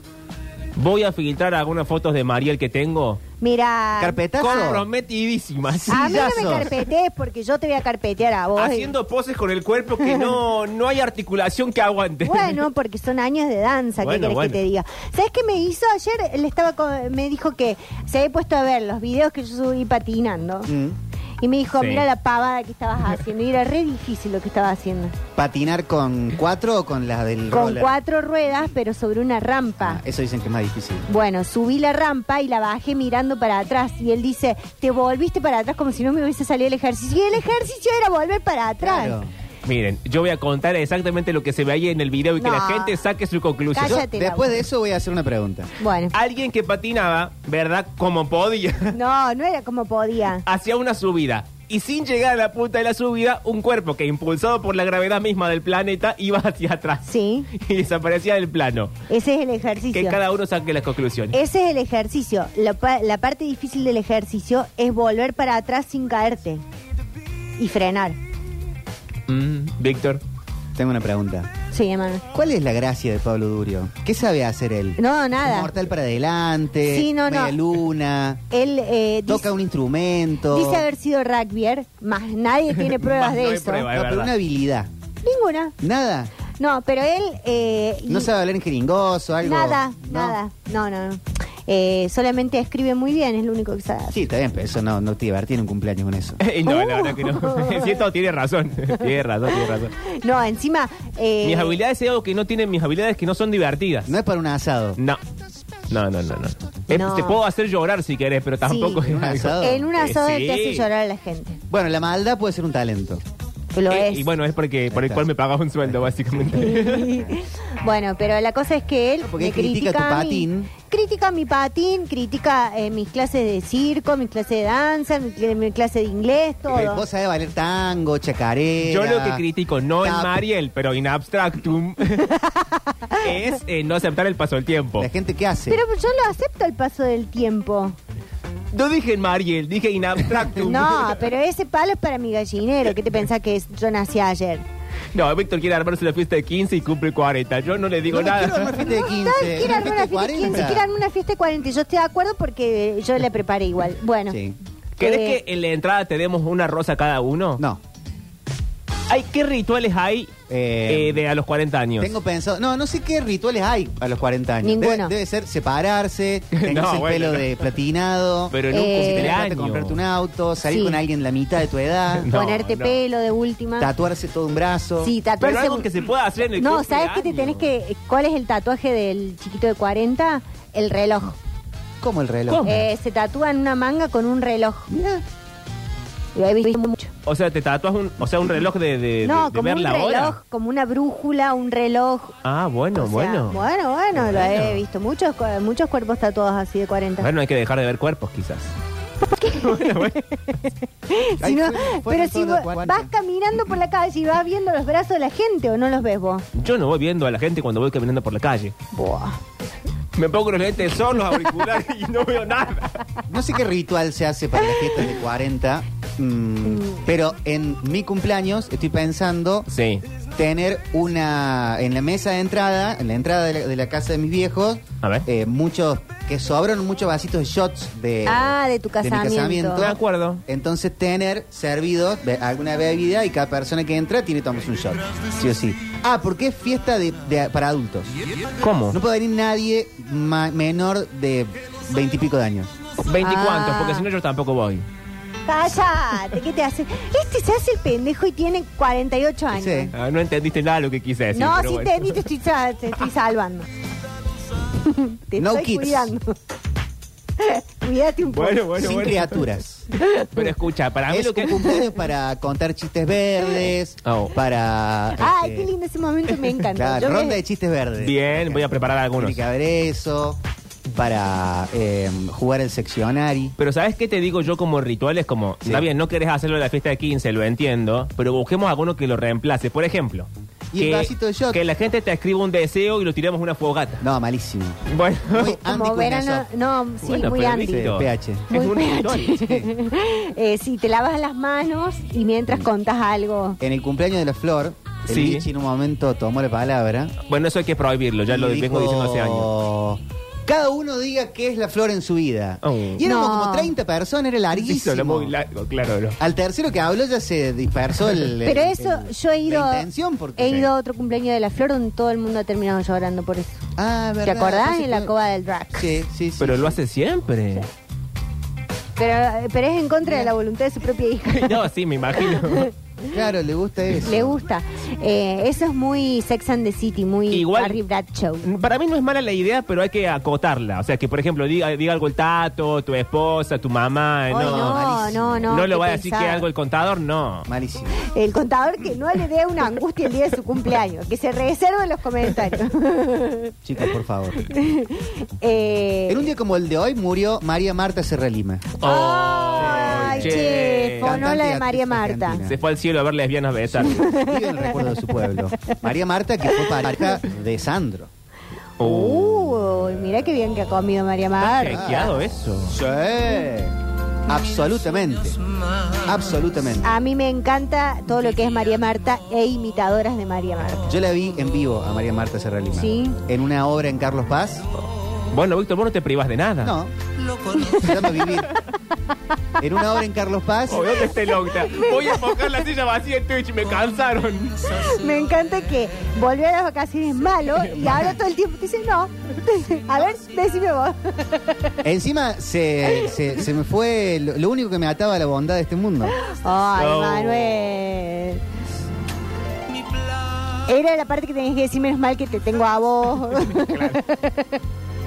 Speaker 2: voy a filtrar algunas fotos de Mariel que tengo.
Speaker 3: Mira.
Speaker 1: Carpetazo.
Speaker 2: Comprometidísimas.
Speaker 3: A mí no me
Speaker 1: sillazos.
Speaker 3: carpetees porque yo te Ah, voy a carpetear a vos.
Speaker 2: Haciendo poses con el cuerpo que no, no hay articulación que aguante.
Speaker 3: Bueno, porque son años de danza, ¿qué
Speaker 2: Bueno,
Speaker 3: querés
Speaker 2: bueno.
Speaker 3: que te diga? ¿Sabes qué me hizo ayer? Él estaba con- me dijo que se había puesto a ver los videos que yo subí patinando.
Speaker 1: Mm.
Speaker 3: Y me dijo,
Speaker 2: Sí.
Speaker 3: mira la pavada que estabas haciendo. Y era re difícil lo que estaba haciendo.
Speaker 1: ¿Patinar con cuatro o con la del
Speaker 3: Con
Speaker 1: roller?
Speaker 3: cuatro ruedas, pero sobre una rampa.
Speaker 1: Ah, eso dicen que es más difícil.
Speaker 3: Bueno, subí la rampa y la bajé mirando para atrás. Y él dice, te volviste para atrás como si no me hubiese salido el ejercicio. Y el ejercicio era volver para atrás.
Speaker 1: Claro.
Speaker 2: Miren, yo voy a contar exactamente lo que se ve ahí en el video y que
Speaker 3: No.
Speaker 2: la gente saque su conclusión.
Speaker 1: Yo,
Speaker 3: Cállate Ah, la
Speaker 1: después
Speaker 3: boca.
Speaker 1: de eso voy a hacer una pregunta.
Speaker 3: Bueno,
Speaker 1: Ah.
Speaker 2: Alguien que patinaba, ¿verdad? Como podía,
Speaker 3: no, no era como podía.
Speaker 2: hacia una subida. Y sin llegar a la punta de la subida, un cuerpo que impulsado por la gravedad misma del planeta iba hacia atrás.
Speaker 3: Sí.
Speaker 2: Y desaparecía del plano.
Speaker 3: Ese es el
Speaker 2: Que
Speaker 3: ejercicio.
Speaker 2: cada uno saque las conclusiones.
Speaker 3: Ese es el ejercicio. La, pa- la parte difícil del ejercicio es volver para atrás sin caerte y frenar. Eh.
Speaker 2: Mm, Víctor.
Speaker 1: Tengo una pregunta.
Speaker 3: Sí, hermano.
Speaker 1: ¿Cuál es la gracia de Pablo Durio? ¿Qué sabe hacer él?
Speaker 3: No, nada.
Speaker 1: Mortal para adelante,
Speaker 3: Sí, no, no.
Speaker 1: media luna,
Speaker 3: Él eh,
Speaker 1: toca
Speaker 3: dice,
Speaker 1: un instrumento.
Speaker 3: dice haber sido rugbyer, más nadie tiene pruebas
Speaker 2: Más
Speaker 3: de
Speaker 2: no hay
Speaker 3: eso.
Speaker 2: pruebas. Ah, es
Speaker 1: No, pero
Speaker 2: verdad.
Speaker 1: una habilidad.
Speaker 3: Ninguna.
Speaker 1: Nada.
Speaker 3: No, pero él... eh, y-
Speaker 1: No sabe hablar en jeringoso, algo.
Speaker 3: Nada,
Speaker 1: ¿no?
Speaker 3: nada. No, no, no. Eh, solamente escribe muy bien, es lo único que sabe.
Speaker 1: Sí, está bien, pero eso no, no te divertí en un cumpleaños con eso.
Speaker 2: no, la verdad que no. Siento, tiene razón. tiene razón, tiene razón.
Speaker 3: No, encima... eh,
Speaker 2: Mis habilidades es algo que no tienen, mis habilidades que no son divertidas.
Speaker 1: No es para un asado.
Speaker 2: No. No, no, no, no. Eh,
Speaker 3: No.
Speaker 2: Te puedo hacer llorar si querés, pero tampoco
Speaker 3: Sí.
Speaker 2: es
Speaker 1: Un
Speaker 2: algo.
Speaker 1: asado.
Speaker 3: En una
Speaker 2: Eh,
Speaker 3: soda
Speaker 2: sí.
Speaker 3: te hace llorar a la gente.
Speaker 1: Bueno, la maldad puede ser un talento.
Speaker 3: Lo
Speaker 2: Eh,
Speaker 3: es.
Speaker 2: Y bueno, es porque por el
Speaker 1: Ahí
Speaker 2: cual
Speaker 1: está.
Speaker 2: me pagaba un sueldo, básicamente.
Speaker 3: Bueno, pero la cosa es que él
Speaker 1: No, porque
Speaker 3: me
Speaker 1: él critica tu
Speaker 3: a mí.
Speaker 1: patín.
Speaker 3: critica mi patín, critica eh, mis clases de circo, mis clases de danza, mi, cl- mi clase de inglés,
Speaker 1: Pero
Speaker 3: todo.
Speaker 1: Eh, vos sabés bailar tango, chacarera.
Speaker 2: Yo lo que critico, no en
Speaker 1: Tap.
Speaker 2: Mariel, pero in abstractum, es eh, no aceptar el paso del tiempo.
Speaker 1: La gente que hace.
Speaker 3: Pero yo lo acepto al paso del tiempo.
Speaker 2: No dije en Mariel, dije in abstractum.
Speaker 3: No, pero ese palo es para mi gallinero. ¿Qué te pensás que es? yo nací ayer?
Speaker 2: No, Víctor quiere armarse la fiesta de 15 y cumple 40. Yo no le digo
Speaker 1: No, no quiero
Speaker 2: nada.
Speaker 1: armar fiesta de 15.
Speaker 3: Tal, quiero
Speaker 1: una
Speaker 3: armar una
Speaker 1: fiesta
Speaker 3: fiesta de 15, quiero armar una fiesta de 40. Yo estoy de acuerdo porque yo la preparé igual. Bueno.
Speaker 1: Sí.
Speaker 2: ¿Querés
Speaker 3: eh,
Speaker 2: que en la entrada te demos una rosa cada uno?
Speaker 1: No.
Speaker 2: Ay, ¿Qué rituales hay
Speaker 1: Eh,
Speaker 2: eh, de a los 40 años?
Speaker 1: Tengo pensado, no, no sé qué rituales hay a los 40 años. Debe,
Speaker 3: Ninguno.
Speaker 1: debe ser separarse, tenerse
Speaker 2: No,
Speaker 1: el
Speaker 2: bueno,
Speaker 1: pelo
Speaker 2: no.
Speaker 1: de platinado,
Speaker 2: Pero en un
Speaker 3: Eh,
Speaker 1: tener plata,
Speaker 2: cumpleaños.
Speaker 1: comprarte un auto, salir
Speaker 3: Sí.
Speaker 1: con alguien la mitad de tu edad,
Speaker 2: No,
Speaker 3: ponerte
Speaker 2: no.
Speaker 3: pelo de última.
Speaker 1: tatuarse todo un brazo.
Speaker 3: Sí,
Speaker 2: Pero
Speaker 3: tatuarse.
Speaker 2: algo que se pueda hacer en el
Speaker 3: No,
Speaker 2: cumpleaños.
Speaker 3: ¿sabes qué te tenés que. ¿Cuál es el tatuaje del chiquito de 40? El reloj.
Speaker 1: Como el reloj.
Speaker 2: ¿Cómo?
Speaker 3: Eh, se tatúa en una manga con un reloj.
Speaker 1: Mirá.
Speaker 3: Lo he visto mucho.
Speaker 2: O sea, te tatuas un, o sea, un reloj de, de- de-
Speaker 3: no,
Speaker 2: de
Speaker 3: como
Speaker 2: ver
Speaker 3: un
Speaker 2: la
Speaker 3: reloj,
Speaker 2: hora.
Speaker 3: como una brújula, un reloj.
Speaker 2: Ah, bueno,
Speaker 3: O sea,
Speaker 2: bueno.
Speaker 3: bueno, bueno, lo he
Speaker 2: Bueno.
Speaker 3: visto. Muchos, cu- muchos cuerpos tatuados así de 40.
Speaker 2: Bueno, hay que dejar de ver cuerpos, quizás.
Speaker 3: Si
Speaker 1: Ahí
Speaker 3: no-
Speaker 1: fue- fue
Speaker 3: pero
Speaker 1: el
Speaker 3: si
Speaker 1: todo
Speaker 3: vos-
Speaker 1: 40.
Speaker 3: vas caminando por la calle y vas viendo los brazos de la gente o no los ves vos.
Speaker 2: Yo no voy viendo a la gente cuando voy caminando por la calle.
Speaker 3: Buah.
Speaker 2: Me pongo los lentes de sol, los auriculares y no veo nada.
Speaker 1: No sé qué ritual se hace para las fiestas de 40, mm, pero en mi cumpleaños estoy pensando
Speaker 2: Sí.
Speaker 1: tener una en la mesa de entrada, en la entrada de la, de la casa de mis viejos,
Speaker 2: A ver.
Speaker 1: eh, muchos que sobraron muchos vasitos de shots de
Speaker 3: Ah, de tu
Speaker 1: mi
Speaker 3: casamiento.
Speaker 2: De acuerdo.
Speaker 1: Entonces tener servidos be- alguna bebida y cada persona que entra tiene que tomarse un shot, sí o sí. Ah, porque es fiesta de, de- para adultos.
Speaker 2: ¿Cómo?
Speaker 1: No puede venir nadie ma- menor de veintipico de años.
Speaker 2: Veinticuantos,
Speaker 3: Ah.
Speaker 2: porque si no yo tampoco voy.
Speaker 3: Cállate, ¿qué te hace? Este se hace el pendejo y tiene 48 años.
Speaker 1: Sí.
Speaker 2: Ah, no entendiste nada de lo que quise decir.
Speaker 3: no,
Speaker 2: pero
Speaker 3: si
Speaker 2: bueno.
Speaker 3: te, ni te estoy, sa- te estoy salvando. te
Speaker 1: No
Speaker 3: estoy
Speaker 1: kids.
Speaker 3: cuidando. Cuídate un poco.
Speaker 2: Bueno, bueno,
Speaker 1: Sin
Speaker 2: bueno.
Speaker 1: criaturas.
Speaker 2: Pero escucha, para mí
Speaker 1: es
Speaker 2: lo que...
Speaker 1: un cumpleaños para contar chistes verdes,
Speaker 2: Oh.
Speaker 1: para...
Speaker 3: Ay,
Speaker 1: este,
Speaker 3: qué lindo ese momento, me encanta.
Speaker 1: Claro,
Speaker 3: Yo me-
Speaker 1: ronda de chistes verdes.
Speaker 2: Bien, voy a preparar algunos.
Speaker 1: Tiene que haber eso para eh, jugar el seccionari.
Speaker 2: Pero ¿sabes qué te digo yo como rituales? Como,
Speaker 1: Sí.
Speaker 2: está bien, no querés hacerlo en la fiesta de 15, lo entiendo, pero busquemos alguno que lo reemplace. Por ejemplo,
Speaker 1: Y el
Speaker 2: que,
Speaker 1: vasito de shot.
Speaker 2: que la gente te escriba un deseo y lo tiremos a una fogata.
Speaker 1: No, malísimo.
Speaker 2: Bueno,
Speaker 1: Muy
Speaker 3: Como
Speaker 1: Andy
Speaker 3: verano,
Speaker 1: Kuznetsov.
Speaker 3: no, sí,
Speaker 2: Bueno,
Speaker 3: muy
Speaker 2: pero
Speaker 3: anti.
Speaker 2: viste.
Speaker 1: Sí, PH.
Speaker 3: Muy
Speaker 2: es un
Speaker 3: PH.
Speaker 2: ritual.
Speaker 3: Eh, sí, te lavas las manos y
Speaker 1: Mm.
Speaker 3: mientras contas algo.
Speaker 1: En el cumpleaños de la flor, el
Speaker 2: Sí.
Speaker 1: Vichy en un momento tomó la palabra.
Speaker 2: Bueno, eso hay que prohibirlo, ya
Speaker 1: y
Speaker 2: lo
Speaker 1: dijo,
Speaker 2: vengo diciendo hace años.
Speaker 1: Cada uno diga qué es la flor en su vida.
Speaker 2: Oh.
Speaker 1: Y éramos
Speaker 3: No.
Speaker 1: como 30 personas, era
Speaker 2: Eso
Speaker 1: larguísimo.
Speaker 2: era muy largo, claro. no.
Speaker 1: Al tercero que habló ya se dispersó el.
Speaker 3: Pero
Speaker 1: el-
Speaker 3: eso,
Speaker 1: el-
Speaker 3: yo he ido,
Speaker 1: La intención, porque.
Speaker 3: he ido a otro cumpleaños de la flor donde todo el mundo ha terminado llorando por eso.
Speaker 1: Ah,
Speaker 3: ¿Te
Speaker 1: verdad.
Speaker 3: acordás?
Speaker 1: Entonces,
Speaker 3: En la
Speaker 1: no-
Speaker 3: cova del drag.
Speaker 1: Sí, sí, sí.
Speaker 2: Pero lo hace siempre.
Speaker 3: Pero, eh, pero es en contra de la voluntad de su propia hija.
Speaker 2: No, sí, me imagino.
Speaker 1: Claro, le gusta eso.
Speaker 3: Le gusta. Eh, eso es muy Sex and the City, muy
Speaker 2: Igual-
Speaker 3: Barry Bradshaw.
Speaker 2: Para mí no es mala la idea, pero hay que acotarla. O sea, que por ejemplo diga, diga algo el tato, tu esposa, tu mamá.
Speaker 3: Ay,
Speaker 2: no,
Speaker 3: no,
Speaker 1: malísimo.
Speaker 3: no, no.
Speaker 2: No lo
Speaker 3: qué
Speaker 2: va a decir que
Speaker 3: pesado.
Speaker 2: algo el contador, no.
Speaker 1: Malísimo.
Speaker 3: El contador que no le dé una angustia el día de su cumpleaños, que se reserve en los comentarios.
Speaker 1: Chicos, por favor.
Speaker 3: Eh,
Speaker 1: En un día como el de hoy murió María Marta Serra Lima.
Speaker 3: Ay,
Speaker 2: che.
Speaker 3: che, fonó
Speaker 1: Cantante y
Speaker 3: la de
Speaker 1: actriz
Speaker 3: María Marta.
Speaker 1: argentina.
Speaker 2: Se fue al cielo a ver lesbianas besar.
Speaker 1: Vive en el recuerdo de su pueblo. María Marta, que fue pareja de Sandro.
Speaker 2: Uh,
Speaker 3: Uy, mirá qué bien que ha comido María Marta.
Speaker 2: Chequeado eso.
Speaker 1: Sí. Absolutamente. Absolutamente.
Speaker 3: A mí me encanta todo lo que es María Marta e imitadoras de María Marta.
Speaker 1: Yo la vi en vivo a María Marta Serra Lima.
Speaker 3: Sí.
Speaker 1: En una obra en Carlos Paz.
Speaker 2: Bueno, Víctor, vos no te privás de nada.
Speaker 1: No.
Speaker 5: lo conozco.
Speaker 1: Se llama Vivir. En una hora en Carlos Paz.
Speaker 2: Oh, ¿Dónde está el octa? Voy a mojar la silla vacía en Twitch, me cansaron.
Speaker 3: Me encanta que volver a las vacaciones es malo y ahora todo el tiempo te dicen no. A ver, decime vos.
Speaker 1: Encima se, se- se me fue lo, lo único que me ataba a la bondad de este mundo.
Speaker 3: Ay,
Speaker 2: No.
Speaker 3: Manuel. Era la parte que tenías que decir, menos mal que te tengo a vos.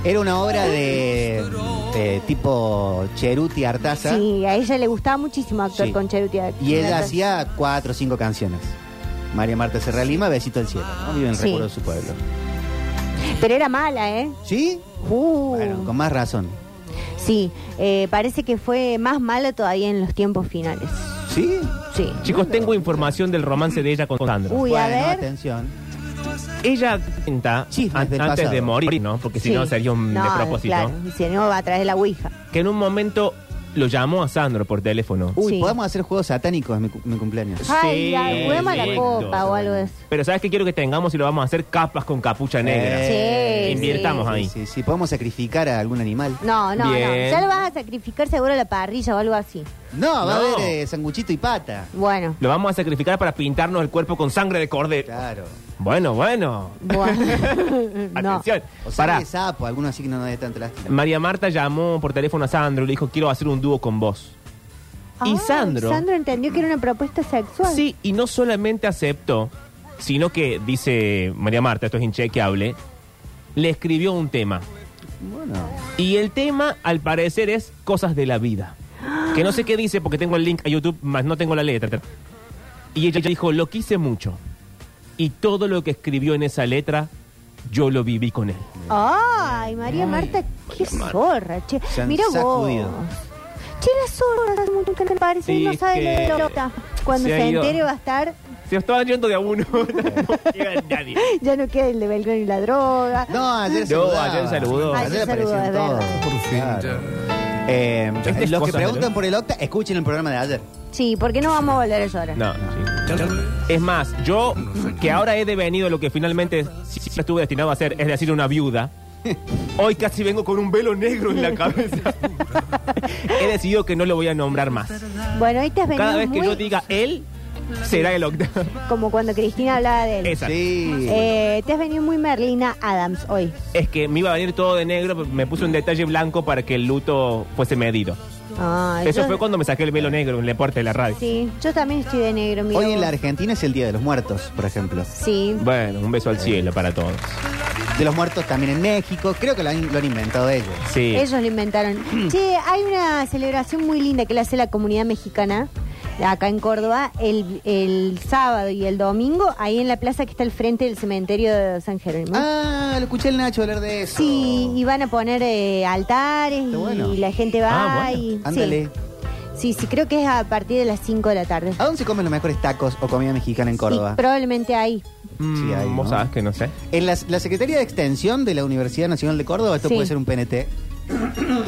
Speaker 1: Era una obra de, de tipo Cheruti Artaza.
Speaker 3: Sí, a ella le gustaba muchísimo actuar
Speaker 1: Sí.
Speaker 3: con Cheruti.
Speaker 1: Y él
Speaker 3: Entonces,
Speaker 1: hacía cuatro o cinco canciones. María Marta Serra Lima, Besito al Cielo. ¿no? Vive en
Speaker 3: Sí.
Speaker 1: recuerdo de su pueblo.
Speaker 3: Pero era mala, ¿eh?
Speaker 1: ¿Sí?
Speaker 3: Uh.
Speaker 1: Bueno, con más razón.
Speaker 3: Sí, eh, parece que fue más mala todavía en los tiempos finales.
Speaker 1: ¿Sí?
Speaker 3: Sí.
Speaker 2: Chicos, tengo información del romance de ella con Sandro.
Speaker 3: Uy, a
Speaker 1: bueno,
Speaker 3: ver.
Speaker 1: atención.
Speaker 2: Uh, Ella cuenta
Speaker 1: Chismes
Speaker 2: an-
Speaker 1: del
Speaker 2: antes
Speaker 1: pasado.
Speaker 2: de morir, ¿no? Porque si
Speaker 3: Sí.
Speaker 2: no sería un
Speaker 3: No,
Speaker 2: de propósito.
Speaker 3: Claro, y si no va a traer la ouija.
Speaker 2: Que en un momento lo llamó a Sandro por teléfono.
Speaker 1: Uy,
Speaker 3: Sí.
Speaker 1: podemos hacer juegos satánicos en mi, cu- mi cumpleaños.
Speaker 3: Ay, ya, juguemos a la
Speaker 2: perfecto.
Speaker 3: copa o algo de eso.
Speaker 2: Pero ¿sabes qué quiero que tengamos y lo vamos a hacer? Capas con capucha negra.
Speaker 1: Eh,
Speaker 3: Sí,
Speaker 2: Invirtamos
Speaker 3: sí.
Speaker 2: ahí.
Speaker 1: Sí, sí, podemos sacrificar a algún animal.
Speaker 3: No, no, no.
Speaker 2: Bien.
Speaker 3: Ya lo vas a sacrificar seguro a la parrilla o algo así.
Speaker 1: No, va a
Speaker 2: No.
Speaker 1: haber eh, sanguchito y pata.
Speaker 3: Bueno.
Speaker 2: Lo vamos a sacrificar para pintarnos el cuerpo con sangre de cordero.
Speaker 1: Claro.
Speaker 2: Bueno, bueno.
Speaker 3: Bueno. no.
Speaker 2: Atención.
Speaker 1: O sea,
Speaker 2: Pará.
Speaker 1: de sapo, alguno así que no nos dé tanta lástima.
Speaker 2: María Marta llamó por teléfono a Sandro y le dijo, quiero hacer un dúo con vos. y
Speaker 3: Ah,
Speaker 2: Sandro,
Speaker 3: Sandro entendió que era una propuesta sexual.
Speaker 2: sí, y no solamente aceptó, sino que, dice María Marta, esto es inchequeable, le escribió un tema.
Speaker 1: Bueno,
Speaker 2: Y el tema, al parecer, es Cosas de la Vida. Que no sé qué dice porque tengo el link a YouTube, más no tengo la letra. Y ella dijo, lo quise mucho. Y todo lo que escribió en esa letra, yo lo viví con él.
Speaker 3: Ay, María Marta, qué zorra, che.
Speaker 1: Se han
Speaker 3: Mira vos.
Speaker 1: sacudido.
Speaker 3: Che, la zorra, hace mucho que te parece,
Speaker 2: Sí,
Speaker 3: no
Speaker 2: es
Speaker 3: sabe
Speaker 2: que
Speaker 3: lo de la otra. Cuando
Speaker 2: se
Speaker 3: se,
Speaker 2: ha ido.
Speaker 3: entere va a estar,
Speaker 2: Se estaban yendo de a uno. no queda nadie.
Speaker 3: ya no queda el de Belgrano y la droga.
Speaker 1: No, ayer
Speaker 2: No,
Speaker 1: saludaba.
Speaker 2: ayer saludó.
Speaker 1: Ayer
Speaker 3: Ayer saludó,
Speaker 1: aparecieron
Speaker 3: es verdad.
Speaker 1: todos.
Speaker 4: Por fin,
Speaker 1: Claro.
Speaker 4: ya.
Speaker 1: Eh,
Speaker 2: Estas
Speaker 1: los que
Speaker 2: cosas,
Speaker 1: preguntan
Speaker 2: ¿verdad?
Speaker 1: por el Octa, escuchen el programa de ayer.
Speaker 3: Sí, porque no vamos a volver a llorar.
Speaker 2: No, sí. Es más, yo que ahora he devenido lo que finalmente siempre estuve destinado a hacer, es decir, una viuda, hoy casi vengo con un velo negro en la cabeza. he decidido que no lo voy a nombrar más.
Speaker 3: Bueno, ahí te has venido
Speaker 2: Cada vez que
Speaker 3: muy-
Speaker 2: yo diga él, será el octavo.
Speaker 3: como cuando Cristina hablaba de él.
Speaker 2: Esa.
Speaker 1: Sí.
Speaker 3: Eh, te has venido muy Merlina Adams hoy.
Speaker 2: Es que me iba a venir todo de negro, pero me puse un detalle blanco para que el luto fuese medido.
Speaker 3: Ah,
Speaker 2: Eso
Speaker 3: yo-
Speaker 2: fue cuando me saqué el velo negro en el deporte de la radio.
Speaker 3: Sí, yo también estoy de negro, mira.
Speaker 1: Hoy en
Speaker 3: vos.
Speaker 1: la Argentina es el Día de los Muertos, por ejemplo.
Speaker 3: Sí.
Speaker 2: Bueno, un beso al cielo para todos.
Speaker 1: De los muertos también en México. Creo que lo han, lo han inventado ellos.
Speaker 2: Sí.
Speaker 3: Ellos lo inventaron. che, hay una celebración muy linda que la hace la comunidad mexicana, acá en Córdoba, el, el sábado y el domingo, ahí en la plaza que está al frente del cementerio de San Jerónimo.
Speaker 1: Ah, lo escuché el Nacho hablar de eso.
Speaker 3: Sí, y van a poner eh, altares y
Speaker 1: Está bueno.
Speaker 3: la gente va
Speaker 2: Ah, bueno.
Speaker 3: y... sí.
Speaker 1: Ándale.
Speaker 3: Sí. sí, creo que es a partir de las 5 de la tarde.
Speaker 1: ¿A dónde se comen los mejores tacos o comida mexicana en Córdoba?
Speaker 3: Sí, probablemente ahí.
Speaker 2: Mm,
Speaker 1: Sí, ahí,
Speaker 2: vos
Speaker 1: ¿no? Eh,
Speaker 2: sabés que no sé.
Speaker 1: En la, la Secretaría de Extensión de la Universidad Nacional de Córdoba, esto
Speaker 3: Sí.
Speaker 1: puede ser un PNT,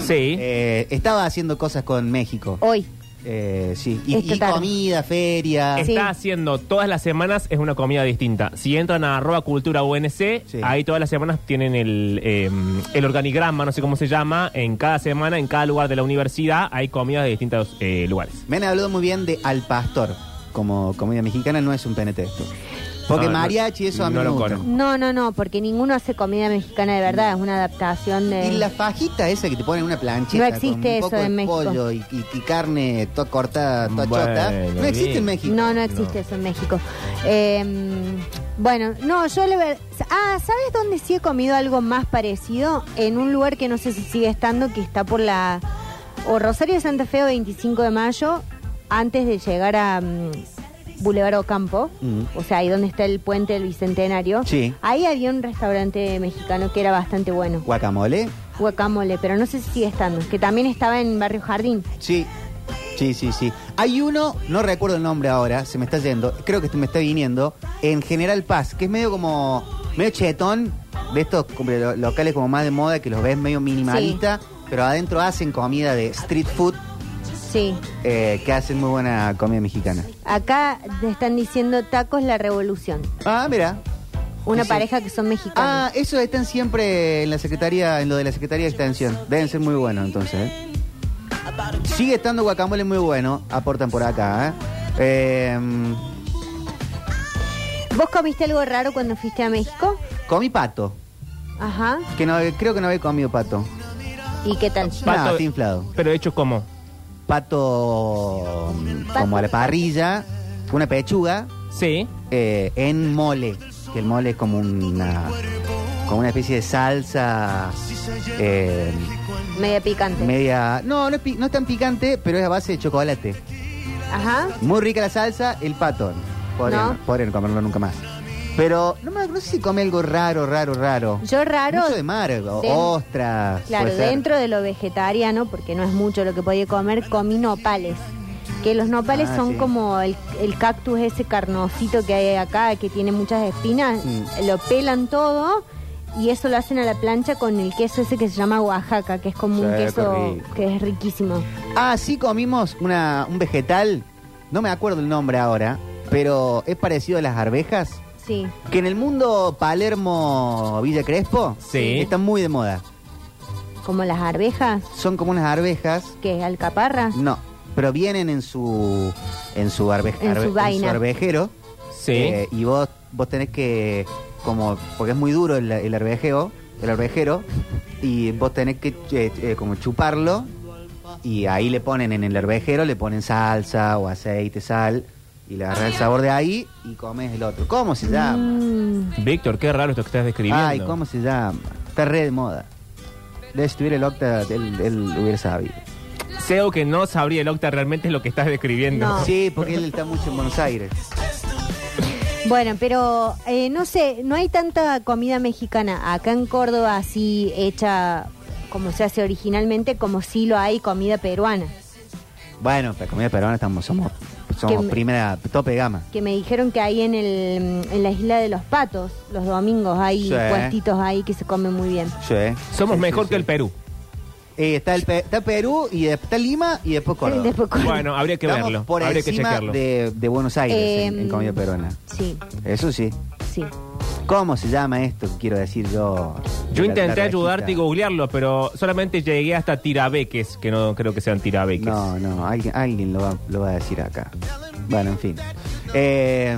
Speaker 2: Sí.
Speaker 1: eh, estaba haciendo cosas con México.
Speaker 3: Hoy.
Speaker 1: Eh, sí. Y,
Speaker 3: Esta
Speaker 1: y
Speaker 3: tarde.
Speaker 1: comida, feria.
Speaker 2: Está
Speaker 3: Sí.
Speaker 2: haciendo todas las semanas es una comida distinta. Si entran a arroba cultura UNC, ahí todas las semanas tienen el, eh, el organigrama, no sé cómo se llama. En cada semana, en cada lugar de la universidad, hay comidas de distintos eh, lugares.
Speaker 1: Me han hablado muy bien de Al Pastor como comida mexicana, no es un PNT esto. Porque
Speaker 2: No, no,
Speaker 1: mariachi, eso a mí
Speaker 2: no
Speaker 1: me
Speaker 2: lo
Speaker 1: gusta.
Speaker 2: conozco.
Speaker 3: No, no, no, porque ninguno hace comida mexicana de verdad, es una adaptación de...
Speaker 1: Y la fajita esa que te ponen en una plancheta
Speaker 3: No existe
Speaker 1: con un
Speaker 3: eso
Speaker 1: poco
Speaker 3: en
Speaker 1: de
Speaker 3: México.
Speaker 1: pollo y, y- y carne toda cortada, toda
Speaker 2: Bueno,
Speaker 1: chota, no existe
Speaker 2: bien.
Speaker 1: en México.
Speaker 3: No, no existe eso en México. Eh, bueno, no, yo le ver... Ah, ¿sabes dónde sí he comido algo más parecido? En un lugar que no sé si sigue estando, que está por la... O Rosario de Santa Fe o 25 de mayo, antes de llegar a mm, Boulevard Ocampo,
Speaker 1: Mm.
Speaker 3: o sea, ahí donde está el puente del Bicentenario.
Speaker 1: Sí.
Speaker 3: Ahí había un restaurante mexicano que era bastante bueno,
Speaker 1: Guacamole.
Speaker 3: guacamole, pero no sé si sigue estando, que también estaba en Barrio Jardín.
Speaker 1: Sí. Sí, sí, sí. Hay uno, no recuerdo el nombre ahora, se me está yendo, creo que este me está viniendo, en General Paz, que es medio como, medio chetón, de estos como lo- locales como más de moda, que los ves medio minimalista, pero adentro hacen comida de street food,
Speaker 3: Sí.
Speaker 1: eh, que hacen muy buena comida mexicana.
Speaker 3: Acá te están diciendo tacos la revolución.
Speaker 1: Ah, mira.
Speaker 3: Una
Speaker 1: Sí.
Speaker 3: pareja que son mexicanos.
Speaker 1: Ah, esos están siempre en la secretaría, en lo de la secretaría de extensión. Deben ser muy buenos entonces. ¿eh? Sigue estando guacamole muy bueno. Aportan por acá. ¿eh? Eh,
Speaker 3: ¿Vos comiste algo raro cuando fuiste a México?
Speaker 1: comí pato.
Speaker 3: Ajá.
Speaker 1: Que no, creo que no había comido pato.
Speaker 3: ¿Y qué tal?
Speaker 1: Pato.
Speaker 2: Pato-
Speaker 1: está inflado.
Speaker 2: Pero hecho como.
Speaker 1: Pato, mm,
Speaker 3: Pato.
Speaker 1: como a la parrilla, una pechuga
Speaker 2: Sí.
Speaker 1: eh, en mole. Que el mole es como una, como una especie de salsa. eh,
Speaker 3: Media picante.
Speaker 1: media. No, no es, pi- no es tan picante, pero es a base de chocolate.
Speaker 3: Ajá.
Speaker 1: Muy rica la salsa, el pato. Podrían,
Speaker 3: No.
Speaker 1: podrían comerlo nunca más. Pero no, me- no sé si come algo raro, raro, raro.
Speaker 3: Yo raro.
Speaker 1: Mucho de mar, o-
Speaker 3: Den-
Speaker 1: ostras.
Speaker 3: Claro,
Speaker 1: puede ser.
Speaker 3: dentro de lo vegetariano, porque no es mucho lo que podía comer, comí nopales. Que los nopales
Speaker 1: Ah,
Speaker 3: son
Speaker 1: sí.
Speaker 3: como el, el cactus ese carnosito que hay acá, que tiene muchas espinas.
Speaker 1: Mm.
Speaker 3: Lo pelan todo y eso lo hacen a la plancha con el queso ese que se llama Oaxaca, que es como un
Speaker 1: Sí, qué
Speaker 3: queso
Speaker 1: rico.
Speaker 3: que es riquísimo.
Speaker 1: Ah, sí comimos una, un vegetal, no me acuerdo el nombre ahora, pero es parecido a las arvejas,
Speaker 3: Sí.
Speaker 1: que en el mundo Palermo Villa Crespo
Speaker 2: Sí.
Speaker 1: están muy de moda.
Speaker 3: Como las arvejas,
Speaker 1: Son como unas arvejas,
Speaker 3: que es alcaparra.
Speaker 1: no, pero vienen en su en su, arveja,
Speaker 3: En su vaina.
Speaker 1: arvejero
Speaker 2: Sí.
Speaker 1: eh, y vos vos tenés que como porque es muy duro el, el arvejeo, el arvejero y vos tenés que eh, eh, como chuparlo y ahí le ponen en el herbejero, le ponen salsa o aceite, sal, y le agarras el sabor de ahí y comes el otro. ¿Cómo se llama?
Speaker 3: Mm,
Speaker 2: Víctor, qué raro esto que estás describiendo.
Speaker 1: Ay, ¿cómo se llama? Está re de moda. De si tuviera el octa, él, él hubiera sabido.
Speaker 2: Seo que no sabría el octa realmente es lo que estás describiendo.
Speaker 3: No.
Speaker 1: Sí, porque él está mucho en Buenos Aires.
Speaker 3: Bueno, pero eh, no sé, no hay tanta comida mexicana acá en Córdoba así hecha como se hace originalmente, como sí lo hay comida peruana.
Speaker 1: Bueno, la comida peruana estamos, somos, somos
Speaker 3: Que-
Speaker 1: primera, tope de gama.
Speaker 3: Que me dijeron que ahí en, el, en la isla de los patos, los domingos, hay
Speaker 1: Sí.
Speaker 3: puestitos ahí que se comen muy bien.
Speaker 1: Sí. ¿eh?
Speaker 2: Somos
Speaker 1: Sí,
Speaker 2: mejor
Speaker 1: sí,
Speaker 2: que
Speaker 1: sí.
Speaker 2: el Perú.
Speaker 1: Eh, está, el Pe- está Perú y de- está Lima y después Córdoba.
Speaker 3: Después con-
Speaker 2: Bueno, habría que
Speaker 1: Estamos
Speaker 2: verlo.
Speaker 1: Por
Speaker 2: habría que
Speaker 1: encima
Speaker 2: chequearlo.
Speaker 1: De, de Buenos Aires en-
Speaker 3: Em,
Speaker 1: en comida peruana.
Speaker 3: Sí,
Speaker 1: Eso sí.
Speaker 3: sí.
Speaker 1: ¿Cómo se llama esto que quiero decir yo?
Speaker 2: Yo
Speaker 1: La-
Speaker 2: intenté
Speaker 1: la
Speaker 2: ayudarte y
Speaker 1: rajita.
Speaker 2: googlearlo, pero solamente llegué hasta tirabeques, que no creo que sean tirabeques.
Speaker 1: No, no, alguien, alguien lo, va, lo va a decir acá. Bueno, en fin. Eh,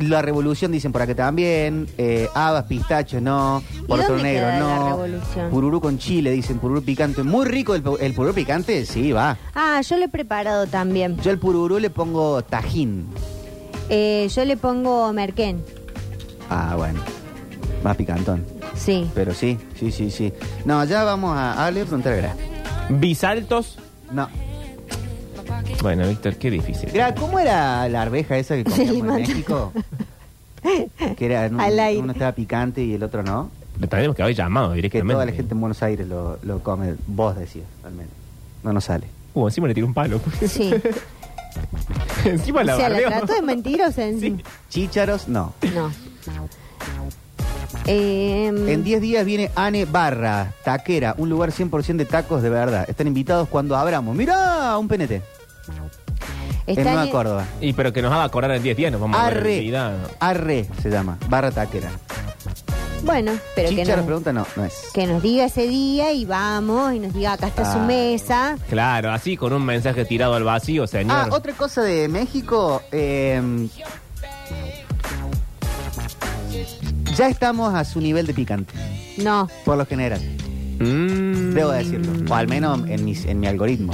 Speaker 1: la revolución dicen por acá también. Eh, habas, pistachos, no. Porto
Speaker 3: dónde
Speaker 1: negro,
Speaker 3: queda la
Speaker 1: no.
Speaker 3: Revolución?
Speaker 1: Pururú con chile, dicen. Pururú picante. Muy rico el, pu- el pururú picante, sí, va.
Speaker 3: Ah, yo lo he preparado también.
Speaker 1: Yo al pururú le pongo tajín.
Speaker 3: Eh, yo le pongo merquén,
Speaker 1: Ah, bueno. Más picantón.
Speaker 3: sí.
Speaker 1: Pero sí, sí, sí, sí. No, ya vamos a. Ah, le voy a preguntar a Gra.
Speaker 2: Bisaltos.
Speaker 1: No.
Speaker 2: Bueno, Víctor, qué difícil.
Speaker 1: Gra, ¿cómo era la arveja esa que comíamos en
Speaker 3: Limón.
Speaker 1: México? Que era en un-
Speaker 3: Al aire.
Speaker 1: uno estaba picante y el otro no.
Speaker 2: Lo tendríamos que haber llamado
Speaker 1: Que
Speaker 2: directamente.
Speaker 1: toda la gente en Buenos Aires lo, lo come, vos decías, al menos. No nos sale.
Speaker 2: Uh, encima le tiró un palo.
Speaker 3: Sí.
Speaker 2: encima la
Speaker 3: o sea, la
Speaker 2: bardeó.
Speaker 3: trato de mentirosa encima.
Speaker 2: Sí.
Speaker 1: Chícharos, no.
Speaker 3: No. Em,
Speaker 1: En 10 días viene Ane Barra, Taquera, un lugar 100% de tacos de verdad. Están invitados cuando abramos. ¡Mirá! Un PNT.
Speaker 3: está
Speaker 1: en Nueva
Speaker 3: en-
Speaker 1: Córdoba.
Speaker 2: Y pero que nos haga acordar en 10 días, nos vamos a ver en
Speaker 1: Arre.
Speaker 2: realidad.
Speaker 1: Arre se llama. Barra Taquera.
Speaker 3: Bueno, pero que
Speaker 1: Chícharos,
Speaker 3: nos,
Speaker 1: pregunta, no, no es.
Speaker 3: que nos diga ese día y vamos y nos diga acá está su
Speaker 1: Ah.
Speaker 3: mesa.
Speaker 2: Claro, así con un mensaje tirado al vacío,
Speaker 1: Ah,
Speaker 2: señor.
Speaker 1: otra cosa de México. eh, ya estamos a su nivel de picante,
Speaker 3: No,
Speaker 1: por lo general.
Speaker 2: Mm.
Speaker 1: Debo decirlo. O al menos en, mis- en mi algoritmo.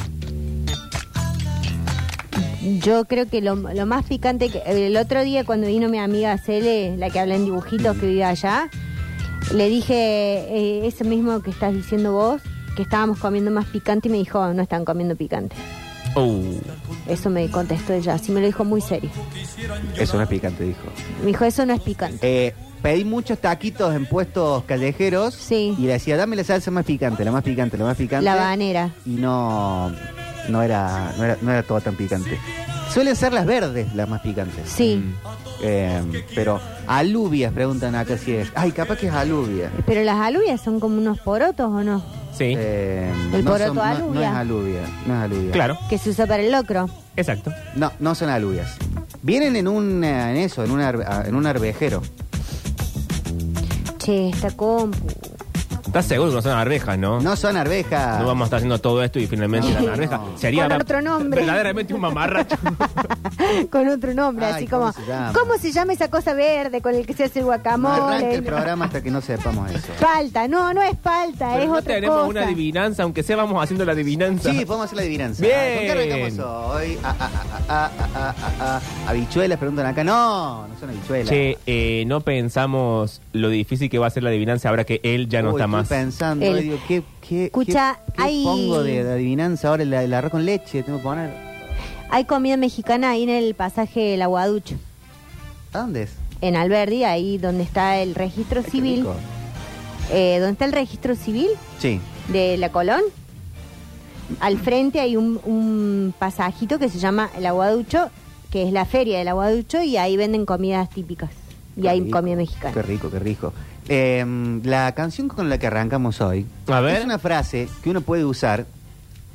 Speaker 3: yo creo que lo, lo más picante que el otro día cuando vino mi amiga Cele, la que habla en dibujitos que vive allá, le dije eh, eso mismo que estás diciendo vos, que estábamos comiendo más picante y me dijo, no están comiendo picante.
Speaker 2: Uh,
Speaker 3: Eso me contestó ella, así me lo dijo muy serio.
Speaker 1: Eso no es picante, dijo.
Speaker 3: Me dijo, eso no es picante.
Speaker 1: Eh, pedí muchos taquitos en puestos callejeros.
Speaker 3: Sí.
Speaker 1: Y le decía, dame la salsa más picante, la más picante, la más picante.
Speaker 3: La habanera.
Speaker 1: Y no, no, era, no, era, no era todo tan picante. Suelen ser las verdes las más picantes.
Speaker 3: Sí.
Speaker 1: Eh, pero alubias preguntan acá si es. Ay, capaz que es alubia.
Speaker 3: Pero las alubias son como unos porotos o no,
Speaker 2: sí,
Speaker 1: Eh,
Speaker 3: El poroto
Speaker 1: son- no, no
Speaker 3: alubia.
Speaker 1: es alubia, no es alubia.
Speaker 2: claro,
Speaker 3: que se usa para el locro.
Speaker 2: exacto.
Speaker 1: No, no ah, son alubias. Vienen en un eh, en eso, en un ar- en un arvejero.
Speaker 3: Che, esta compu.
Speaker 2: Estás seguro que no son arvejas, ¿no?
Speaker 1: No son arvejas.
Speaker 2: No vamos a estar haciendo todo esto y finalmente
Speaker 1: No.
Speaker 2: eran arvejas. Sería
Speaker 3: Con otro nombre.
Speaker 2: verdaderamente un mamarracho.
Speaker 3: con otro nombre,
Speaker 1: Ay,
Speaker 3: así
Speaker 1: ¿cómo
Speaker 3: como.
Speaker 1: se llama?
Speaker 3: ¿Cómo se llama esa cosa verde con el que se hace el
Speaker 1: No arranca
Speaker 3: guacamole?
Speaker 1: el programa hasta que no sepamos eso.
Speaker 3: Falta, no, no es falta,
Speaker 2: Pero
Speaker 3: es
Speaker 2: no
Speaker 3: otra
Speaker 2: tenemos
Speaker 3: cosa.
Speaker 2: una adivinanza, aunque sea vamos haciendo la adivinanza.
Speaker 1: Sí, podemos hacer la adivinanza.
Speaker 2: Bien.
Speaker 1: ¿Con qué arrancamos hoy? Ah, ah, ah, ah, ah, ah, ah, ah. Habichuelas, preguntan acá. No, no son habichuelas.
Speaker 2: Che, eh, no pensamos lo difícil que va a ser la adivinanza ahora que él ya no
Speaker 1: Uy,
Speaker 2: está
Speaker 1: estoy
Speaker 2: más.
Speaker 1: pensando,
Speaker 3: El-
Speaker 1: digo, ¿qué, qué,
Speaker 3: Escucha,
Speaker 1: qué- qué
Speaker 3: hay-
Speaker 1: pongo de, de adivinanza ahora? El, el arroz con leche, tengo que poner.
Speaker 3: Hay comida mexicana ahí en el pasaje del Aguaducho,
Speaker 1: ¿A dónde es?
Speaker 3: en Alberdi, ahí donde está el registro
Speaker 1: Ay, qué
Speaker 3: civil.
Speaker 1: rico.
Speaker 3: Eh, ¿Dónde está el registro civil
Speaker 1: Sí.
Speaker 3: de la Colón? Al frente hay un, un pasajito que se llama el Aguaducho, que es la feria del Aguaducho, y ahí venden comidas típicas. Y
Speaker 1: Qué
Speaker 3: hay
Speaker 1: rico,
Speaker 3: comida mexicana.
Speaker 1: Qué rico, qué rico. Eh, la canción con la que arrancamos hoy
Speaker 2: A ver.
Speaker 1: es una frase que uno puede usar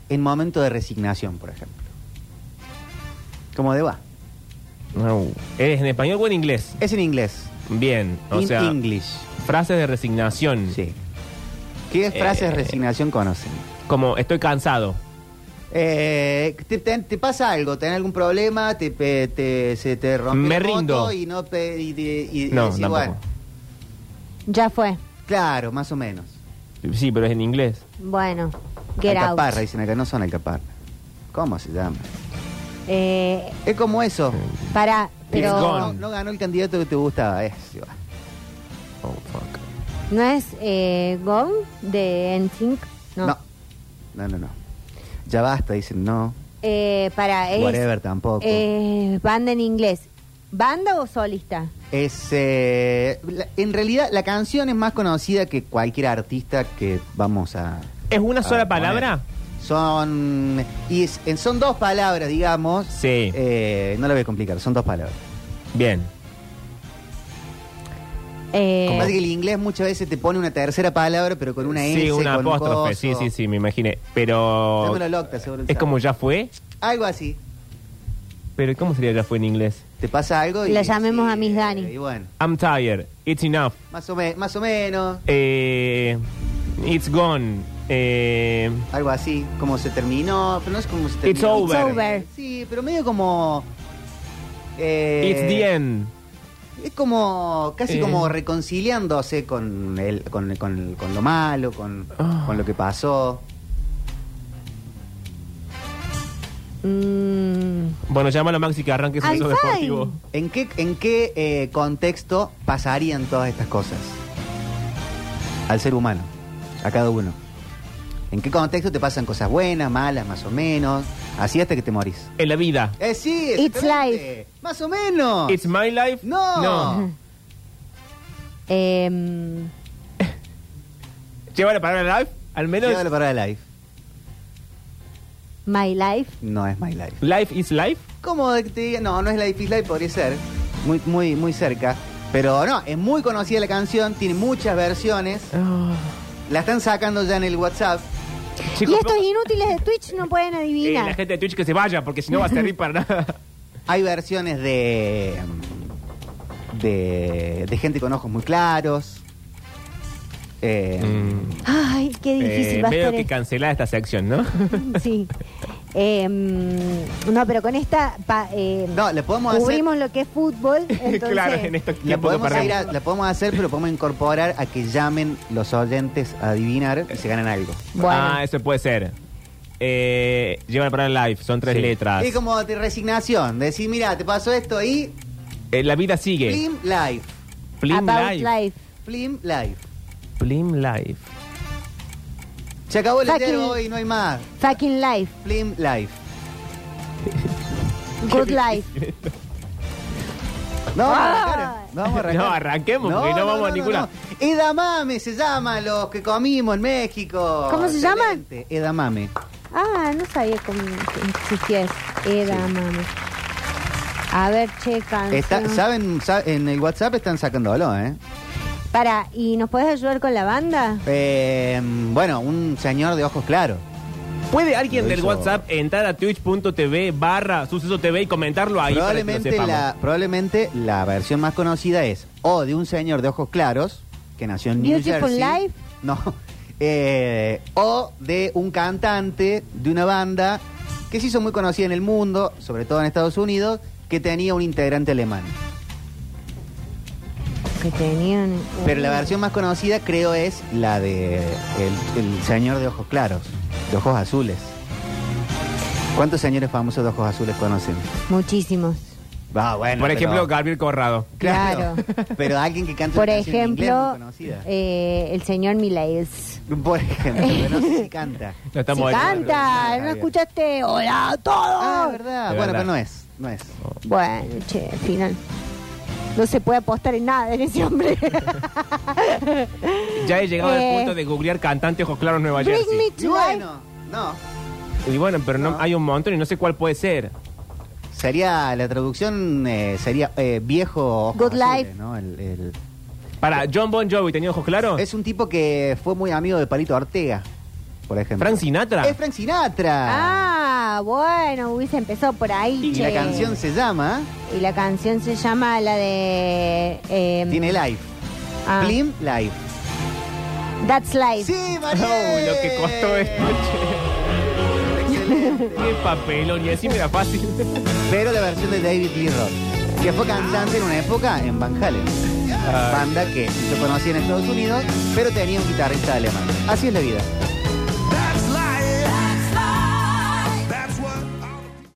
Speaker 1: en momento de resignación, por ejemplo. Como de va.
Speaker 2: No. ¿Es en español o en inglés?
Speaker 1: Es en inglés.
Speaker 2: Bien, o
Speaker 1: In
Speaker 2: sea,
Speaker 1: English.
Speaker 2: frases de resignación.
Speaker 1: Sí. ¿Qué frases
Speaker 2: eh,
Speaker 1: de resignación conocen?
Speaker 2: Como estoy cansado.
Speaker 1: Eh, te, te- te pasa algo? ¿Tenés algún problema? ¿Te, pe- te- se te rompe
Speaker 2: Me
Speaker 1: la
Speaker 2: rindo.
Speaker 1: moto y no... pe- y, de- y- y
Speaker 2: No,
Speaker 1: decís,
Speaker 2: tampoco.
Speaker 1: bueno,
Speaker 3: Ya fue.
Speaker 1: claro, más o menos.
Speaker 2: Sí, pero es en inglés.
Speaker 3: Bueno, get out.
Speaker 1: alcaparra, dicen acá. No son alcaparra. ¿Cómo se llama?
Speaker 3: Eh,
Speaker 1: Es como eso.
Speaker 3: para,
Speaker 1: No,
Speaker 2: It's
Speaker 3: pero.
Speaker 2: gone.
Speaker 1: no, no ganó el candidato que te gustaba. eh, sí, va.
Speaker 2: Oh, fuck.
Speaker 3: ¿No es eh, Gone de NSYNC? No.
Speaker 1: No. no, no, no. Ya basta, dicen no.
Speaker 3: Eh, para es,
Speaker 1: Whatever tampoco.
Speaker 3: eh, banda en inglés. ¿Banda o solista?
Speaker 1: Es, eh, la- en realidad, la canción es más conocida que cualquier artista que vamos a...
Speaker 2: ¿Es una
Speaker 1: a poner.
Speaker 2: sola palabra?
Speaker 1: Ah, Son, y es- en- son dos palabras, digamos.
Speaker 2: Sí.
Speaker 1: Eh, no lo voy a complicar, son dos palabras.
Speaker 2: Bien.
Speaker 3: Eh,
Speaker 1: Lo que pasa es que el inglés muchas veces te pone una tercera palabra, pero con una S,
Speaker 2: sí, una
Speaker 1: con un
Speaker 2: apóstrofe.
Speaker 1: coso.
Speaker 2: Sí, sí, sí, me imaginé. Pero.
Speaker 1: Dándole al octa, seguro él
Speaker 2: Es
Speaker 1: sabe.
Speaker 2: como ya fue.
Speaker 1: Algo así.
Speaker 2: Pero ¿cómo sería ya fue en inglés?
Speaker 1: Te pasa algo y...
Speaker 3: La llamemos a Miss
Speaker 1: eh,
Speaker 3: Dani.
Speaker 1: Y bueno,
Speaker 2: I'm tired. It's enough.
Speaker 1: más o, me- más o menos,
Speaker 2: Eh, it's gone. Eh,
Speaker 1: algo así, como se terminó, pero no es como se terminó.
Speaker 2: It's over.
Speaker 3: It's over.
Speaker 1: Sí, pero medio como... eh,
Speaker 2: it's the end.
Speaker 1: Es como, casi
Speaker 2: Eh.
Speaker 1: como reconciliándose con, el, con, con- con lo malo, con,
Speaker 2: Ah.
Speaker 1: con lo que pasó.
Speaker 3: mm,
Speaker 2: Bueno, llámalo a Maxi que arranque su
Speaker 3: I'm
Speaker 2: eso
Speaker 3: fine.
Speaker 2: deportivo.
Speaker 1: ¿En qué, en qué eh, contexto pasarían todas estas cosas? Al ser humano, a cada uno. ¿En qué contexto te pasan cosas buenas, malas, más o menos? Así hasta que te morís.
Speaker 2: En la vida.
Speaker 1: Eh, sí,
Speaker 3: It's
Speaker 1: exactamente. Más o menos.
Speaker 2: It's my life.
Speaker 1: No.
Speaker 2: No.
Speaker 3: em,
Speaker 2: Lleva la palabra life. Al menos.
Speaker 1: Llévalo para la life.
Speaker 3: my life.
Speaker 1: No es my life.
Speaker 2: Life is life.
Speaker 1: ¿Cómo de que te diga? No, no es la difícil life, podría ser. Muy, muy, muy cerca. Pero no, es muy conocida la canción, tiene muchas versiones. La están sacando ya en el WhatsApp.
Speaker 2: Chicos,
Speaker 3: y estos
Speaker 2: no-
Speaker 3: inútiles de Twitch no pueden
Speaker 2: eh,
Speaker 3: adivinar.
Speaker 2: la gente de Twitch que se vaya, porque si no va a servir para nada.
Speaker 1: Hay versiones de, de. de gente con ojos muy claros. Eh,
Speaker 3: Ay, qué difícil
Speaker 2: Eh,
Speaker 3: va a
Speaker 2: medio
Speaker 3: estar.
Speaker 2: que
Speaker 3: esto.
Speaker 2: cancelar esta sección, ¿no?
Speaker 3: Sí. Em, no, pero con esta pa- em,
Speaker 1: No, le podemos hacer.
Speaker 3: cubrimos lo que es fútbol. Entonces,
Speaker 2: claro, en estos
Speaker 1: La
Speaker 2: tiempos que
Speaker 1: podemos,
Speaker 2: perdemos.
Speaker 1: ir a- la podemos hacer, pero podemos incorporar a que llamen los oyentes a adivinar y se ganan algo.
Speaker 3: Bueno.
Speaker 2: Ah, eso puede ser. Eh, lleva la palabra life. Son tres
Speaker 1: Sí.
Speaker 2: letras.
Speaker 1: Es como de resignación, de decir, mira, te pasó esto y
Speaker 2: Eh, la vida sigue.
Speaker 1: Plim Life.
Speaker 2: Plim
Speaker 3: about
Speaker 2: life.
Speaker 3: life.
Speaker 1: Plim Life.
Speaker 2: Plim life.
Speaker 1: Se acabó el
Speaker 3: Fucking-
Speaker 1: entero hoy, no hay más.
Speaker 3: Fucking life.
Speaker 1: Plim Life.
Speaker 3: Good life.
Speaker 1: No, vamos a
Speaker 3: Ah.
Speaker 1: arrancar, ¿eh? no vamos a arrancar.
Speaker 2: No, arranquemos, porque no vamos a ninguna.
Speaker 1: no. Edamame se llama los que comimos en México.
Speaker 3: ¿Cómo se llaman?
Speaker 1: Excelente. Edamame.
Speaker 3: Ah, no sabía cómo existía eso. Era, mami. A ver, che, canción.
Speaker 1: Está- ¿saben, sa- en el WhatsApp están sacándolo, ¿eh?
Speaker 3: Para, ¿y nos podés ayudar con la banda?
Speaker 1: Eh, Bueno, un señor de ojos claros.
Speaker 2: ¿Puede alguien
Speaker 1: Lo
Speaker 2: del
Speaker 1: hizo-
Speaker 2: WhatsApp entrar a twitch.tv barra suceso TV y comentarlo ahí? para que lo
Speaker 1: probablemente,
Speaker 2: sepamos?
Speaker 1: la, probablemente la versión más conocida es o de un señor de ojos claros que nació en New
Speaker 3: Beautiful
Speaker 1: Jersey.
Speaker 3: Life.
Speaker 1: No. Eh, o de un cantante de una banda que se hizo muy conocida en el mundo, sobre todo en Estados Unidos, que tenía un integrante alemán.
Speaker 3: Que tenían.
Speaker 1: Pero
Speaker 3: Uh.
Speaker 1: la versión más conocida creo es la de el, el señor de ojos claros, de ojos azules. ¿Cuántos señores famosos de ojos azules conocen?
Speaker 3: Muchísimos.
Speaker 1: Ah, bueno,
Speaker 2: Por
Speaker 1: pero-
Speaker 2: ejemplo, Gabriel Corrado.
Speaker 1: claro.
Speaker 3: Claro.
Speaker 1: Pero alguien que canta
Speaker 3: Por
Speaker 1: una canción en inglés muy
Speaker 3: ejemplo,
Speaker 1: conocida.
Speaker 3: eh, el señor Milails.
Speaker 1: Por ejemplo, pero no sé si canta.
Speaker 2: No
Speaker 3: Si
Speaker 2: estamos
Speaker 1: nada,
Speaker 3: canta, ¿no
Speaker 1: Javier.
Speaker 3: escuchaste? ¡Hola a todos!
Speaker 1: Ah, verdad.
Speaker 2: De
Speaker 1: bueno,
Speaker 2: verdad.
Speaker 1: pero no es, no es.
Speaker 3: Bueno, che, al final. No se puede apostar en nada en ese hombre.
Speaker 2: Ya he llegado
Speaker 3: Eh.
Speaker 2: al punto de googlear cantante ojos claros Nueva
Speaker 3: Bring
Speaker 2: Jersey.
Speaker 3: me
Speaker 1: Y
Speaker 3: to life.
Speaker 1: bueno, no.
Speaker 2: Y bueno, pero no,
Speaker 1: No.
Speaker 2: hay un montón y no sé cuál puede ser.
Speaker 1: Sería, la traducción eh, sería eh, viejo ojos
Speaker 3: Good
Speaker 1: azules,
Speaker 3: Life.
Speaker 1: ¿no? El- el-
Speaker 2: Para John Bon Jovi, ¿tenía ojos claros?
Speaker 1: Es un tipo que fue muy amigo de Palito Ortega, por ejemplo.
Speaker 2: Frank Sinatra.
Speaker 1: Es Frank Sinatra.
Speaker 3: Ah, bueno, hubiese empezado por ahí.
Speaker 1: y
Speaker 3: che.
Speaker 1: la canción se llama
Speaker 3: Y la canción se llama la de. eh,
Speaker 1: Tiene Life.
Speaker 3: ah,
Speaker 1: Plim Life.
Speaker 3: That's Life.
Speaker 1: Sí, María.
Speaker 2: Uy, Oh, lo que costó esto, che. Qué papelón, y así me da fácil.
Speaker 1: Pero la versión de David Lee Roth, que fue cantante en una época en Van Halen. Banda que se conocía en Estados Unidos, pero tenía un guitarrista alemán. Así es la vida.